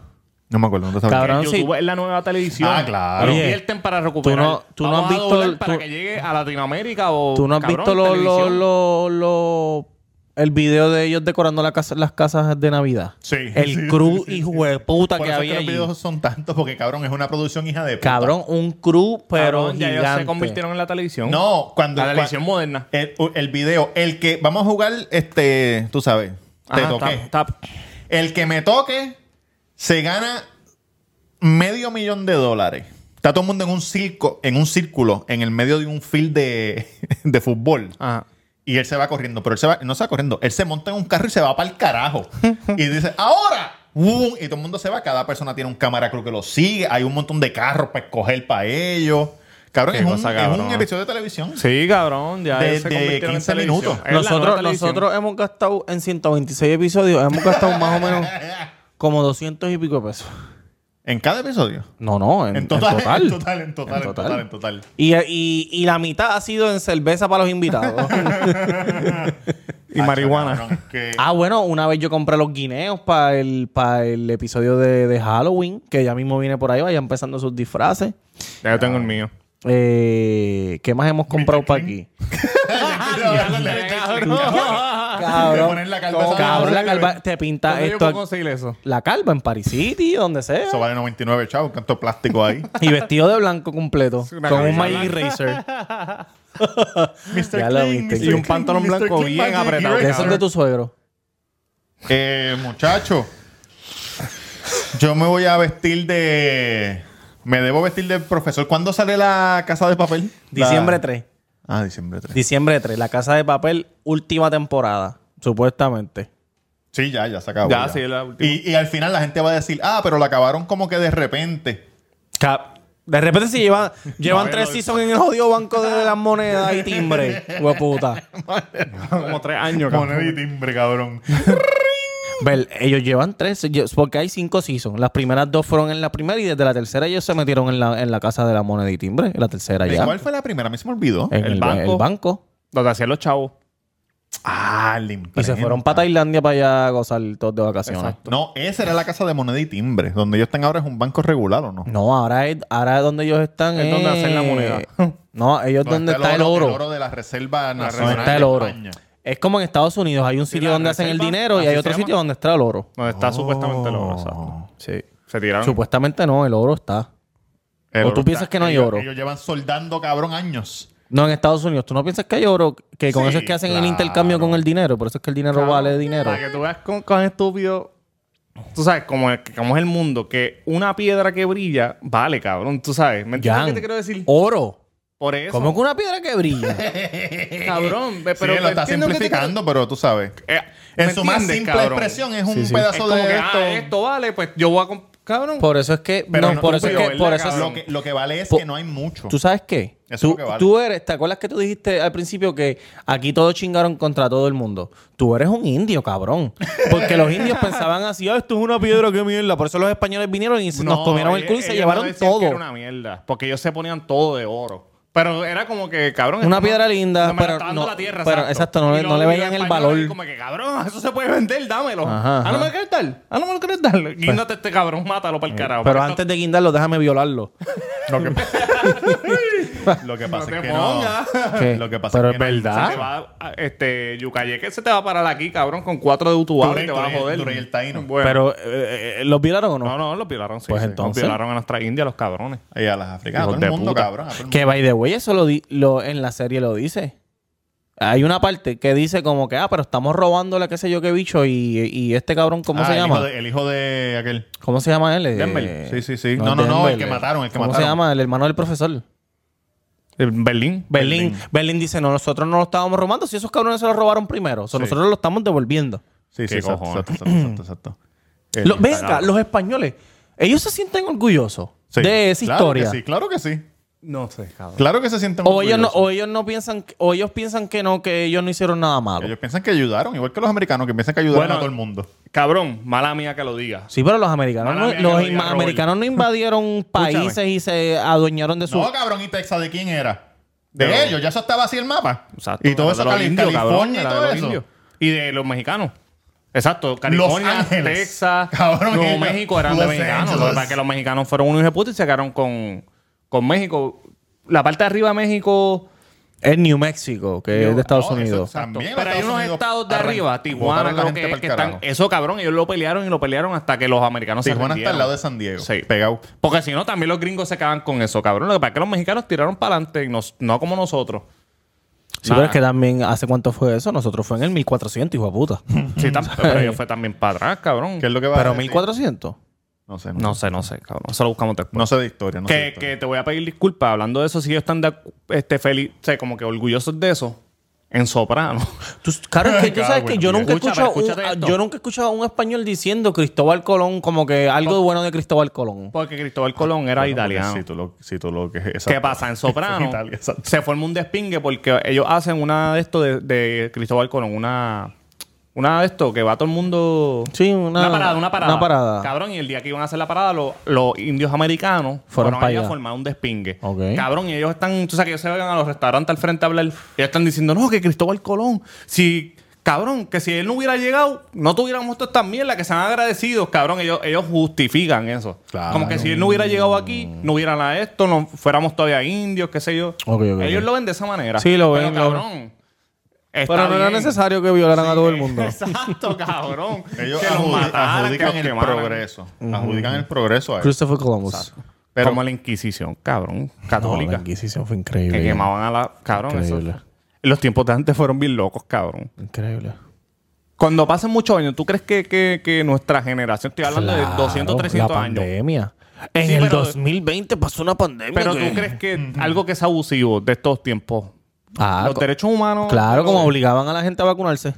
Speaker 1: No me acuerdo, no te sabes.
Speaker 3: Cabrón.
Speaker 6: Que
Speaker 3: sí.
Speaker 6: YouTube es la nueva televisión.
Speaker 1: Ah, claro.
Speaker 3: Oye,
Speaker 6: Invierten para recuperar.
Speaker 3: tú no- tú no
Speaker 6: Vamos
Speaker 3: has
Speaker 6: a
Speaker 3: visto
Speaker 6: doblar
Speaker 3: el-
Speaker 6: para
Speaker 3: tú-
Speaker 6: que llegue a Latinoamérica o.
Speaker 3: ¿Tú no has
Speaker 6: Oh, cabrón,
Speaker 3: visto lo, lo,
Speaker 6: televisión.
Speaker 3: lo- lo- el video de ellos decorando la casa- las casas de Navidad?
Speaker 1: Sí,
Speaker 3: El
Speaker 1: sí, sí,
Speaker 3: crew
Speaker 1: sí,
Speaker 3: hijo
Speaker 1: sí,
Speaker 3: de
Speaker 1: sí.
Speaker 3: puta
Speaker 1: Por
Speaker 3: que
Speaker 1: eso es
Speaker 3: había
Speaker 1: los
Speaker 3: allí.
Speaker 1: videos son tantos porque, cabrón, es una producción hija de puta.
Speaker 3: Cabrón, un crew, pero
Speaker 6: Cabrón, ya ellos
Speaker 3: gigante.
Speaker 6: se convirtieron en la televisión.
Speaker 1: No, cuando...
Speaker 6: La
Speaker 1: cua-
Speaker 6: televisión moderna.
Speaker 1: El, el video, el que... Vamos a jugar, este... Tú sabes, te
Speaker 6: Ajá,
Speaker 1: toqué.
Speaker 6: tap, tap.
Speaker 1: El que me toque se gana medio millón de dólares. Está todo el mundo en un, circo, en un círculo, en el medio de un field de, de fútbol.
Speaker 6: Ajá.
Speaker 1: Y él se va corriendo, pero él se va, no se va corriendo, él se monta en un carro y se va para el carajo. y dice, ahora, ¡Bum! y todo el mundo se va, cada persona tiene un cámara creo que lo sigue, hay un montón de carros para escoger para ellos. Cabrón,
Speaker 6: Qué
Speaker 1: es, un,
Speaker 6: cosa,
Speaker 1: es un
Speaker 6: cabrón.
Speaker 1: episodio de televisión.
Speaker 6: Sí, cabrón, ya
Speaker 1: De-
Speaker 6: se
Speaker 1: de
Speaker 6: convirtieron
Speaker 1: 15
Speaker 6: en televisión.
Speaker 1: minutos.
Speaker 6: Es la nueva
Speaker 3: Nosotros,
Speaker 6: televisión.
Speaker 3: nosotros hemos gastado en 126 episodios, hemos gastado más o menos como 200 y pico de pesos.
Speaker 1: En cada episodio.
Speaker 3: No, no, en,
Speaker 1: En total,
Speaker 3: en
Speaker 1: en total, en total, en total, en total.
Speaker 3: Y, y- y la mitad ha sido en cerveza para los invitados.
Speaker 6: Y
Speaker 1: Hacho,
Speaker 6: marihuana.
Speaker 1: cabrón, que-
Speaker 3: ah, bueno, una vez yo compré los guineos para el, para el episodio de, de Halloween, que ya mismo viene por ahí, vaya empezando sus disfraces.
Speaker 6: Ya yo tengo
Speaker 1: Ah.
Speaker 6: el mío.
Speaker 3: Eh, ¿Qué más hemos comprado para aquí?
Speaker 1: Te
Speaker 3: Cabrón,
Speaker 1: ponen la calva esa
Speaker 3: cabrón, la
Speaker 1: de-
Speaker 3: calva- te pinta
Speaker 6: ¿Dónde yo puedo
Speaker 3: esto.
Speaker 6: conseguir eso?
Speaker 3: La calva en Paris City, donde sea.
Speaker 1: Eso vale 99, chavo, tanto plástico ahí.
Speaker 3: Y vestido de blanco completo.
Speaker 6: una
Speaker 3: Con un
Speaker 6: camisa
Speaker 3: Magic Racer.
Speaker 1: Mr.
Speaker 3: Ya lo
Speaker 1: Clean,
Speaker 3: viste.
Speaker 1: Mr.
Speaker 6: Y un
Speaker 1: Clean,
Speaker 6: pantalón
Speaker 1: Mr.
Speaker 6: blanco
Speaker 1: Clean,
Speaker 6: bien
Speaker 1: Magic
Speaker 6: apretado,
Speaker 1: Eraser.
Speaker 3: De esos de tu suegro.
Speaker 1: Eh, muchacho, yo me voy a vestir de. Me debo vestir de profesor. ¿Cuándo sale la casa de papel? La-
Speaker 3: Diciembre 3.
Speaker 1: Ah, diciembre 3.
Speaker 3: Diciembre 3. La Casa de Papel, última temporada. Supuestamente.
Speaker 1: Sí, ya, ya se acabó.
Speaker 6: Ya, sí, la última.
Speaker 1: y, y al final la gente va a decir, ah, pero la acabaron como que de repente.
Speaker 3: Cap- De repente si llevan, llevan
Speaker 1: No,
Speaker 3: tres
Speaker 1: no.
Speaker 3: seasons en el jodido banco de las monedas y timbre. Hueputa.
Speaker 6: Como tres años,
Speaker 1: Moneda
Speaker 6: cabrón.
Speaker 1: y timbre, cabrón.
Speaker 3: Ver, ellos llevan tres, yo- porque hay cinco seasons. Las primeras dos fueron en la primera y desde la tercera ellos se metieron en la, en la casa de la moneda y timbre. En la tercera
Speaker 1: ¿De
Speaker 3: ya. Eh,
Speaker 1: ¿Cuál fue la primera? A mí se me olvidó.
Speaker 3: En
Speaker 6: El
Speaker 3: el,
Speaker 6: banco.
Speaker 3: banco. el banco.
Speaker 6: Donde hacían los chavos.
Speaker 1: Ah, la
Speaker 3: Y se
Speaker 1: imprenta.
Speaker 3: fueron para Tailandia para allá a gozar todos de vacaciones.
Speaker 1: No, esa era la casa de moneda y timbre. Donde ellos están ahora es un banco regular o no.
Speaker 3: No, ahora es, ahora es donde ellos están.
Speaker 6: Es donde
Speaker 3: eh,
Speaker 6: hacen la moneda.
Speaker 3: No, ellos donde está el oro.
Speaker 1: El oro de la Reserva Nacional.
Speaker 3: Donde está
Speaker 1: de
Speaker 3: el oro.
Speaker 1: España.
Speaker 3: Es como en Estados Unidos, hay un sitio
Speaker 6: la
Speaker 3: donde hacen el
Speaker 6: reserva,
Speaker 3: dinero y
Speaker 6: así
Speaker 3: hay
Speaker 6: se
Speaker 3: otro
Speaker 6: llama.
Speaker 3: sitio donde está el oro.
Speaker 6: Donde
Speaker 1: Oh.
Speaker 6: está supuestamente el oro, exacto.
Speaker 3: Sí.
Speaker 6: Se tiraron.
Speaker 3: Supuestamente no, el oro está.
Speaker 1: El
Speaker 3: ¿O
Speaker 1: oro
Speaker 3: tú piensas que no hay
Speaker 1: ellos-
Speaker 3: oro?
Speaker 1: Ellos llevan soldando, cabrón, años.
Speaker 3: No, en Estados Unidos. ¿Tú no piensas que hay oro? Que con
Speaker 1: Sí,
Speaker 3: eso es que hacen
Speaker 1: claro.
Speaker 3: el intercambio con el dinero. Por eso es que el dinero vale dinero.
Speaker 6: Para que tú veas con, con estúpido. Tú sabes cómo es, cómo es el mundo, que una piedra que brilla vale, cabrón. Tú sabes. ¿Me entiendes
Speaker 1: Oh.
Speaker 3: Jan,
Speaker 6: lo que te quiero decir?
Speaker 3: Oro.
Speaker 6: Por eso. Eh,
Speaker 3: ¿Cómo que una piedra que brilla?
Speaker 6: Cabrón, ve,
Speaker 1: Eh, Sí,
Speaker 6: pero
Speaker 1: lo está
Speaker 6: entiendo que te-
Speaker 1: simplificando, pero tú sabes.
Speaker 6: Eh, ¿me
Speaker 1: En su más
Speaker 6: entiendes,
Speaker 1: simple
Speaker 6: cabrón?
Speaker 1: expresión es un
Speaker 3: Sí, sí.
Speaker 6: Es
Speaker 1: pedazo
Speaker 6: como
Speaker 1: de
Speaker 6: que,
Speaker 1: esto.
Speaker 6: ah, esto vale, pues yo voy a... comp- Cabrón.
Speaker 3: Por eso es que.
Speaker 1: Pero
Speaker 3: no,
Speaker 1: no,
Speaker 3: por eso es
Speaker 1: pero,
Speaker 3: que. Por eso es-
Speaker 1: Lo
Speaker 6: cabrón.
Speaker 1: que, lo que vale es
Speaker 3: Po-
Speaker 1: que no hay mucho.
Speaker 3: ¿Tú sabes qué?
Speaker 1: Eso es
Speaker 3: tú,
Speaker 1: lo que vale.
Speaker 3: tú eres, ¿te acuerdas que tú dijiste al principio que aquí todos chingaron contra todo el mundo? Tú eres un indio, cabrón. Porque los indios pensaban así, "Ah, esto es una piedra, qué mierda. Por eso los españoles vinieron y se- nos comieron
Speaker 1: e-
Speaker 3: el culo y se
Speaker 6: ellos
Speaker 3: llevaron
Speaker 6: no decían que
Speaker 3: todo.
Speaker 6: Era una mierda, porque ellos se ponían todo de oro. Pero era como que, cabrón.
Speaker 3: Una
Speaker 6: esto
Speaker 3: piedra linda,
Speaker 6: me la
Speaker 3: pero
Speaker 6: está dando
Speaker 3: no-
Speaker 6: la tierra,
Speaker 3: pero exacto, no
Speaker 6: Y
Speaker 3: le-
Speaker 6: los-
Speaker 3: no le
Speaker 6: y los
Speaker 3: veían el
Speaker 6: españoles
Speaker 3: valor.
Speaker 6: Como que, cabrón, eso se puede vender, dámelo.
Speaker 3: Ajá,
Speaker 6: Ah, no
Speaker 3: ajá.
Speaker 6: me lo quieres dar. Ah, no me lo quieres dar. Guíndate este cabrón, mátalo para el carajo.
Speaker 3: Eh, Pero
Speaker 6: Porque
Speaker 3: antes de guindarlo, déjame violarlo.
Speaker 1: Lo que, lo que pasa
Speaker 6: No
Speaker 1: es
Speaker 6: te
Speaker 1: que no.
Speaker 6: pongas.
Speaker 3: ¿Qué?
Speaker 1: Lo que pasa
Speaker 3: Pero
Speaker 1: es que
Speaker 3: es
Speaker 1: no.
Speaker 6: esto
Speaker 3: verdad.
Speaker 6: Se te va, a- este, Yucayeque se te va a parar aquí, cabrón, con cuatro de Utuado
Speaker 1: Turey,
Speaker 6: y te va a
Speaker 1: Turey,
Speaker 6: joder.
Speaker 1: Turey el taíno.
Speaker 6: Bueno,
Speaker 3: Pero, eh, eh, ¿los violaron o no?
Speaker 6: no, no, los violaron, sí.
Speaker 3: Pues
Speaker 6: sí.
Speaker 3: entonces.
Speaker 6: Los violaron a nuestra India, los cabrones.
Speaker 1: Y a las africanas, a todo
Speaker 6: Hijos
Speaker 1: el
Speaker 6: de
Speaker 1: mundo,
Speaker 6: puta.
Speaker 1: cabrón. a todo el mundo.
Speaker 3: Que by the way, eso lo, di- lo- en la serie lo dice. Hay una parte que dice como que, ah, pero estamos robándole qué sé yo qué bicho y, y este cabrón, ¿cómo
Speaker 1: Ah,
Speaker 3: se
Speaker 1: el
Speaker 3: llama?
Speaker 1: hijo de- el hijo de aquel.
Speaker 3: ¿Cómo se llama él? Eh,
Speaker 6: Denver.
Speaker 1: Sí, sí, sí. No, no, no, el que mataron, el que
Speaker 3: ¿Cómo
Speaker 1: mataron.
Speaker 3: se llama? El hermano del profesor.
Speaker 6: Eh, Berlín.
Speaker 3: Berlín. Berlín dice, no, nosotros no lo estábamos robando, si esos cabrones se lo robaron primero, o sea, nosotros lo estamos devolviendo.
Speaker 1: Sí, sí,
Speaker 6: Qué
Speaker 1: exacto,
Speaker 6: cojones.
Speaker 1: exacto, exacto, exacto, exacto.
Speaker 6: Eh,
Speaker 1: El-
Speaker 3: Lo- venga, los españoles, ellos se sienten orgullosos
Speaker 1: Sí.
Speaker 3: de esa
Speaker 1: Claro
Speaker 3: historia.
Speaker 1: que sí, claro que sí.
Speaker 6: No sé, cabrón.
Speaker 1: Claro que se sienten
Speaker 3: O ellos, no,
Speaker 1: orgullosos.
Speaker 3: o ellos no piensan, que- o ellos piensan que no, que ellos no hicieron nada malo.
Speaker 1: Ellos piensan que ayudaron, igual que los americanos, que piensan que ayudaron
Speaker 6: Bueno,
Speaker 1: a todo el mundo.
Speaker 6: Cabrón, mala mía que lo diga.
Speaker 3: Sí, pero los americanos,
Speaker 6: Mala
Speaker 3: no,
Speaker 6: mía que
Speaker 3: los
Speaker 6: lo diga
Speaker 3: inma-
Speaker 6: Robert.
Speaker 3: americanos no invadieron países y se adueñaron de sus...
Speaker 1: No, cabrón, ¿y Texas de quién era? De
Speaker 6: De los-
Speaker 1: ellos, ya eso estaba así el mapa.
Speaker 6: Exacto.
Speaker 1: y todo eso,
Speaker 6: de los
Speaker 1: Cali-
Speaker 6: indios, cabrón,
Speaker 1: California
Speaker 6: era
Speaker 1: y
Speaker 6: de
Speaker 1: todo
Speaker 6: los
Speaker 1: eso.
Speaker 6: indios. Y de los mexicanos. Exacto, California,
Speaker 1: Ángeles.
Speaker 6: Texas,
Speaker 1: Cabrón,
Speaker 6: Nuevo
Speaker 1: ellos-
Speaker 6: México eran de
Speaker 1: Los
Speaker 6: mexicanos. Lo
Speaker 1: Ángeles.
Speaker 6: que pasa es que los mexicanos fueron unos hijos de puta y se quedaron con, con México. La parte de arriba de México.
Speaker 3: Es New Mexico, que es de Estados
Speaker 1: no, eso
Speaker 3: Unidos.
Speaker 1: exacto. También
Speaker 6: pero
Speaker 1: los
Speaker 6: hay
Speaker 1: Estados
Speaker 6: unos
Speaker 1: Unidos
Speaker 6: estados de
Speaker 1: arran-
Speaker 6: arriba, Tijuana,
Speaker 1: botaron la
Speaker 6: creo
Speaker 1: gente
Speaker 6: que,
Speaker 1: pa'l
Speaker 6: que están.
Speaker 1: carajo.
Speaker 6: Eso, cabrón, ellos lo pelearon y lo pelearon hasta que los americanos
Speaker 1: Tijuana
Speaker 6: se
Speaker 1: está
Speaker 6: rindieron.
Speaker 1: al lado de San Diego.
Speaker 6: Sí.
Speaker 1: Pegado.
Speaker 6: Porque si no, también los gringos se quedan con eso, cabrón. Lo que pasa es que los mexicanos tiraron para adelante, y nos- no como nosotros.
Speaker 3: Sí, pero es
Speaker 6: Nah.
Speaker 3: que también, ¿hace cuánto fue eso? Nosotros fue en el 1400, hijo de puta.
Speaker 6: Sí, tam- pero ellos fue también para atrás, cabrón.
Speaker 1: ¿Qué es lo que va a
Speaker 3: ¿Pero
Speaker 1: decir?
Speaker 3: 1400?
Speaker 1: No sé, no,
Speaker 6: No sé, no sé, cabrón. Eso lo buscamos después.
Speaker 1: no sé de historia. No sé de
Speaker 6: que,
Speaker 1: historia.
Speaker 6: que te voy a pedir disculpas. Hablando de eso, si ellos están de acu- este, feliz, o sea, como que orgullosos de eso, en soprano.
Speaker 3: Tú, claro, es que tú sabes que yo
Speaker 6: mira.
Speaker 3: nunca, he
Speaker 6: Escucha,
Speaker 3: escuchado
Speaker 6: pero escúchate
Speaker 3: un,
Speaker 6: esto.
Speaker 3: yo nunca he escuchado a un español diciendo Cristóbal Colón, como que algo bueno de Cristóbal Colón.
Speaker 6: Porque Cristóbal Colón
Speaker 1: Bueno,
Speaker 6: era
Speaker 1: porque
Speaker 6: italiano.
Speaker 1: Si tú lo, si tú lo que
Speaker 6: ¿Qué pasa? En soprano
Speaker 1: Italia, exacto.
Speaker 6: se forma un despingue porque ellos hacen una de esto de, de Cristóbal Colón, una, una de esto que va todo el mundo.
Speaker 3: Sí, una-
Speaker 6: parada, una parada.
Speaker 3: una parada.
Speaker 6: Cabrón, y el día que iban a hacer la parada, lo- los indios americanos
Speaker 3: Fueron
Speaker 6: fueron,
Speaker 3: pa'
Speaker 6: allá
Speaker 3: allá.
Speaker 6: a formar un despingue.
Speaker 3: Ok.
Speaker 6: Cabrón, y ellos están, tú sabes que ellos se van a los restaurantes al frente a hablar. Y ellos están diciendo, no, que Cristóbal Colón, si. Cabrón, que si él no hubiera llegado, no tuviéramos todas estas mierdas que se han agradecidos, cabrón. Ellos, ellos justifican eso.
Speaker 1: Claro.
Speaker 6: Como que si él no hubiera llegado aquí, no hubiera nada de esto, no fuéramos todavía indios, qué sé yo.
Speaker 3: Ok, ok,
Speaker 6: ellos
Speaker 3: ok.
Speaker 6: lo ven de esa manera.
Speaker 3: Sí, lo ven,
Speaker 6: Pero,
Speaker 3: lo
Speaker 6: cabrón. está
Speaker 3: Pero no era
Speaker 6: bien.
Speaker 3: necesario que violaran a todo el mundo.
Speaker 6: Exacto, cabrón.
Speaker 1: Ellos
Speaker 6: que los
Speaker 1: adjudi-
Speaker 6: mataran,
Speaker 1: adjudican
Speaker 6: que
Speaker 1: el
Speaker 6: los quemaran.
Speaker 1: progreso. Adjudican el progreso a eso.
Speaker 3: Christopher Columbus.
Speaker 1: Pero-
Speaker 6: Como la Inquisición, cabrón,
Speaker 3: No, la
Speaker 6: católica.
Speaker 3: Inquisición fue
Speaker 6: que
Speaker 3: increíble.
Speaker 6: quemaban a la... Cabrón, eso-
Speaker 3: Increíble.
Speaker 6: Los tiempos de antes fueron bien locos, cabrón.
Speaker 3: Increíble.
Speaker 6: Cuando pasen muchos años, ¿tú crees que, que- que nuestra generación, estoy hablando de
Speaker 3: Claro,
Speaker 6: 200, 300
Speaker 3: la
Speaker 6: años,
Speaker 3: pandemia. En
Speaker 6: Sí,
Speaker 3: el
Speaker 6: pero-
Speaker 3: 2020 pasó una pandemia.
Speaker 6: pero
Speaker 3: que-
Speaker 6: tú crees que algo que es abusivo de estos tiempos,
Speaker 3: Ah,
Speaker 6: los
Speaker 3: co-
Speaker 6: derechos humanos...
Speaker 3: Claro, como obligaban a la gente a vacunarse.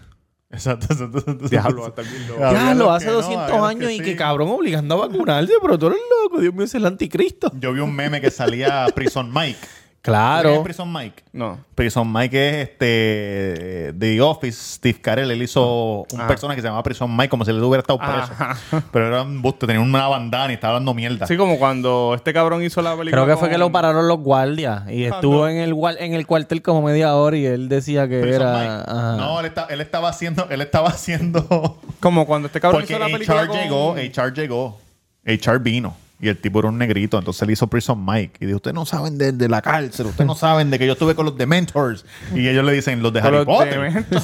Speaker 1: Exacto, exacto, exacto.
Speaker 6: Diablo, hasta el mil dólares.
Speaker 1: Había
Speaker 3: Ya, lo
Speaker 1: los
Speaker 3: hace
Speaker 1: que no,
Speaker 3: 200
Speaker 1: había los
Speaker 3: años y que
Speaker 1: sí.
Speaker 3: cabrón obligando a vacunarse, pero tú eres loco, Dios mío, es el anticristo.
Speaker 1: Yo vi un meme que salía Prison Mike. ¿Quién es
Speaker 3: Claro.
Speaker 1: Prison Mike?
Speaker 6: No.
Speaker 1: Prison Mike es este The Office, Steve Carell, él hizo un
Speaker 6: Ah.
Speaker 1: personaje que se llamaba Prison Mike como si él hubiera estado preso.
Speaker 6: Ajá.
Speaker 1: Pero era un busto, tenía una bandana y estaba dando mierda.
Speaker 6: Así como cuando este cabrón hizo la película.
Speaker 3: Creo que fue que
Speaker 6: con-
Speaker 3: lo pararon los guardias
Speaker 1: Ah,
Speaker 3: y estuvo en el guar- en el cuartel como media hora y él decía que
Speaker 1: Prison
Speaker 3: era
Speaker 1: Mike.
Speaker 3: ajá.
Speaker 1: No, él, está- él estaba haciendo, él estaba haciendo
Speaker 6: Como cuando este cabrón
Speaker 1: Porque
Speaker 6: hizo la película.
Speaker 1: HR
Speaker 6: con-
Speaker 1: llegó, HR llegó, HR vino. Y el tipo era un negrito, entonces él hizo Prison Mike. Y dijo, ustedes no saben de, de la cárcel, ustedes no saben de que yo estuve con los Dementors. Y ellos le dicen, los de
Speaker 6: Con
Speaker 1: Harry
Speaker 6: los
Speaker 1: Potter.
Speaker 6: Dementors.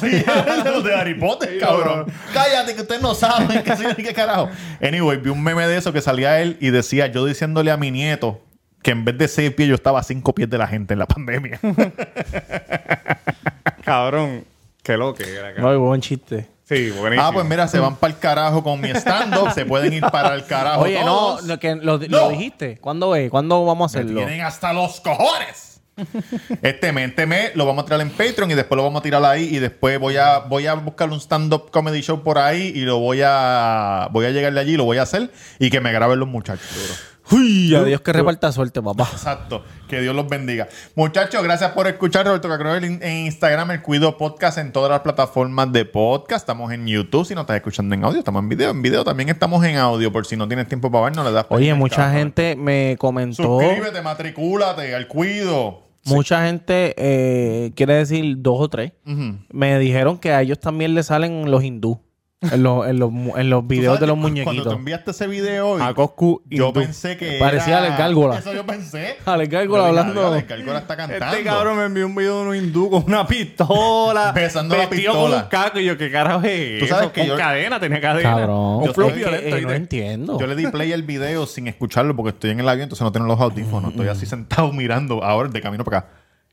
Speaker 1: Sí, los de Harry Potter, cabrón. Cállate que ustedes no saben qué, soy- qué carajo. Anyway, vi un meme de eso que salía él y decía, yo diciéndole a mi nieto que en vez de seis pies yo estaba a cinco pies de la gente en la pandemia.
Speaker 6: Cabrón. Qué loco que era, cabrón.
Speaker 3: No, y buen chiste.
Speaker 6: Sí, buenísimo.
Speaker 1: ah, pues mira, se van para el carajo con mi stand-up, se pueden ir para el carajo
Speaker 3: Oye, no,
Speaker 1: todos.
Speaker 3: lo, que, lo,
Speaker 1: No.
Speaker 3: lo dijiste. ¿Cuándo es? ¿Cuándo vamos a hacerlo?
Speaker 1: Tienen hasta los cojones. Este mes, este mes lo vamos a tirar en Patreon y después lo vamos a tirar ahí y después voy a, voy a buscar un stand-up comedy show por ahí y lo voy a voy a llegarle allí, lo voy a hacer y que me graben los muchachos.
Speaker 3: Uy, a Dios que reparta suerte, papá.
Speaker 1: Exacto. Que Dios los bendiga. Muchachos, gracias por escuchar Roberto Cacroel en en Instagram, el Cuido Podcast, en todas las plataformas de podcast. Estamos en YouTube, si no estás escuchando en audio, estamos en video. En video también estamos en audio, por si no tienes tiempo para ver, no le das
Speaker 3: Oye,
Speaker 1: play.
Speaker 3: mucha
Speaker 1: Cabrón.
Speaker 3: gente me comentó.
Speaker 1: Suscríbete, matricúlate al Cuido.
Speaker 3: Mucha gente, eh, quiere decir dos o tres, me dijeron que a ellos también le salen los hindú en los, en los, mu- en los videos
Speaker 1: ¿Tú
Speaker 3: de los
Speaker 1: sabes que cu- Cuando
Speaker 3: muñequitos.
Speaker 1: te enviaste ese video hoy,
Speaker 6: A Coscu y
Speaker 1: yo
Speaker 6: tú.
Speaker 1: pensé que
Speaker 3: Parecía
Speaker 1: era-
Speaker 3: Alex Gárgola.
Speaker 1: Eso yo pensé.
Speaker 3: Alex Gárgola
Speaker 1: Yo dije,
Speaker 3: hablando.
Speaker 1: "Alex Gárgola está cantando.
Speaker 6: Este cabrón me envió un video de un hindú con una pistola.
Speaker 1: Besando la
Speaker 6: vestido
Speaker 1: pistola.
Speaker 6: Con un caco y yo, ¿qué carajo es
Speaker 1: Tú sabes
Speaker 6: eso?
Speaker 1: que
Speaker 6: con
Speaker 1: yo-
Speaker 6: cadena, tenía cadena.
Speaker 3: Cabrón.
Speaker 1: Yo
Speaker 6: Un flow
Speaker 1: sé que-
Speaker 6: violento.
Speaker 3: Eh, no
Speaker 6: ¿viste?
Speaker 3: entiendo.
Speaker 1: Yo le di play al video sin escucharlo porque estoy en el avión, entonces no tengo los audífonos. Estoy así sentado mirando ahora de camino para acá.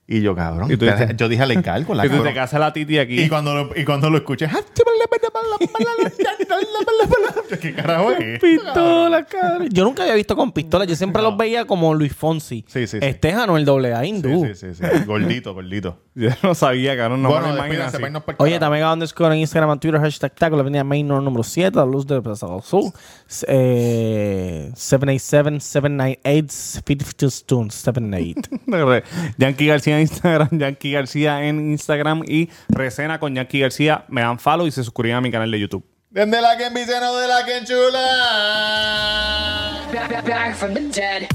Speaker 1: Y yo, cabrón.
Speaker 6: Y tú dices-
Speaker 1: yo dije Alex Gárgola.
Speaker 6: Que se te
Speaker 1: cabrón".
Speaker 6: casa la titi aquí.
Speaker 1: Y cuando lo, y cuando lo escuché, "Ah, ¿qué carajo es?
Speaker 3: Pistola, cabrón. Yo nunca había visto con pistolas. Yo siempre los veía como Luis Fonsi.
Speaker 1: Sí, sí, sí.
Speaker 3: Este es Anuel AA hindú.
Speaker 1: Sí, sí, sí, sí. Gordito, gordito.
Speaker 6: Yo no sabía, cabrón. No
Speaker 1: bueno, pues,
Speaker 6: me lo imagino
Speaker 1: despídense,
Speaker 6: así.
Speaker 1: vámonos pa'l
Speaker 3: Oye,
Speaker 1: carajo.
Speaker 3: también a underscore en Instagram, en Twitter, hashtag taco, la avenida Main North número 7, la luz de Plaza del Sur. Eh, 787-798-5278.
Speaker 6: Yankee García en Instagram, Yankee García en Instagram y Recena con Yankee García. Me dan follow y se suscriben a mi canal de YouTube.
Speaker 1: Desde la que en Viceno, de la que en Chula.
Speaker 4: Back, back, back from the dead.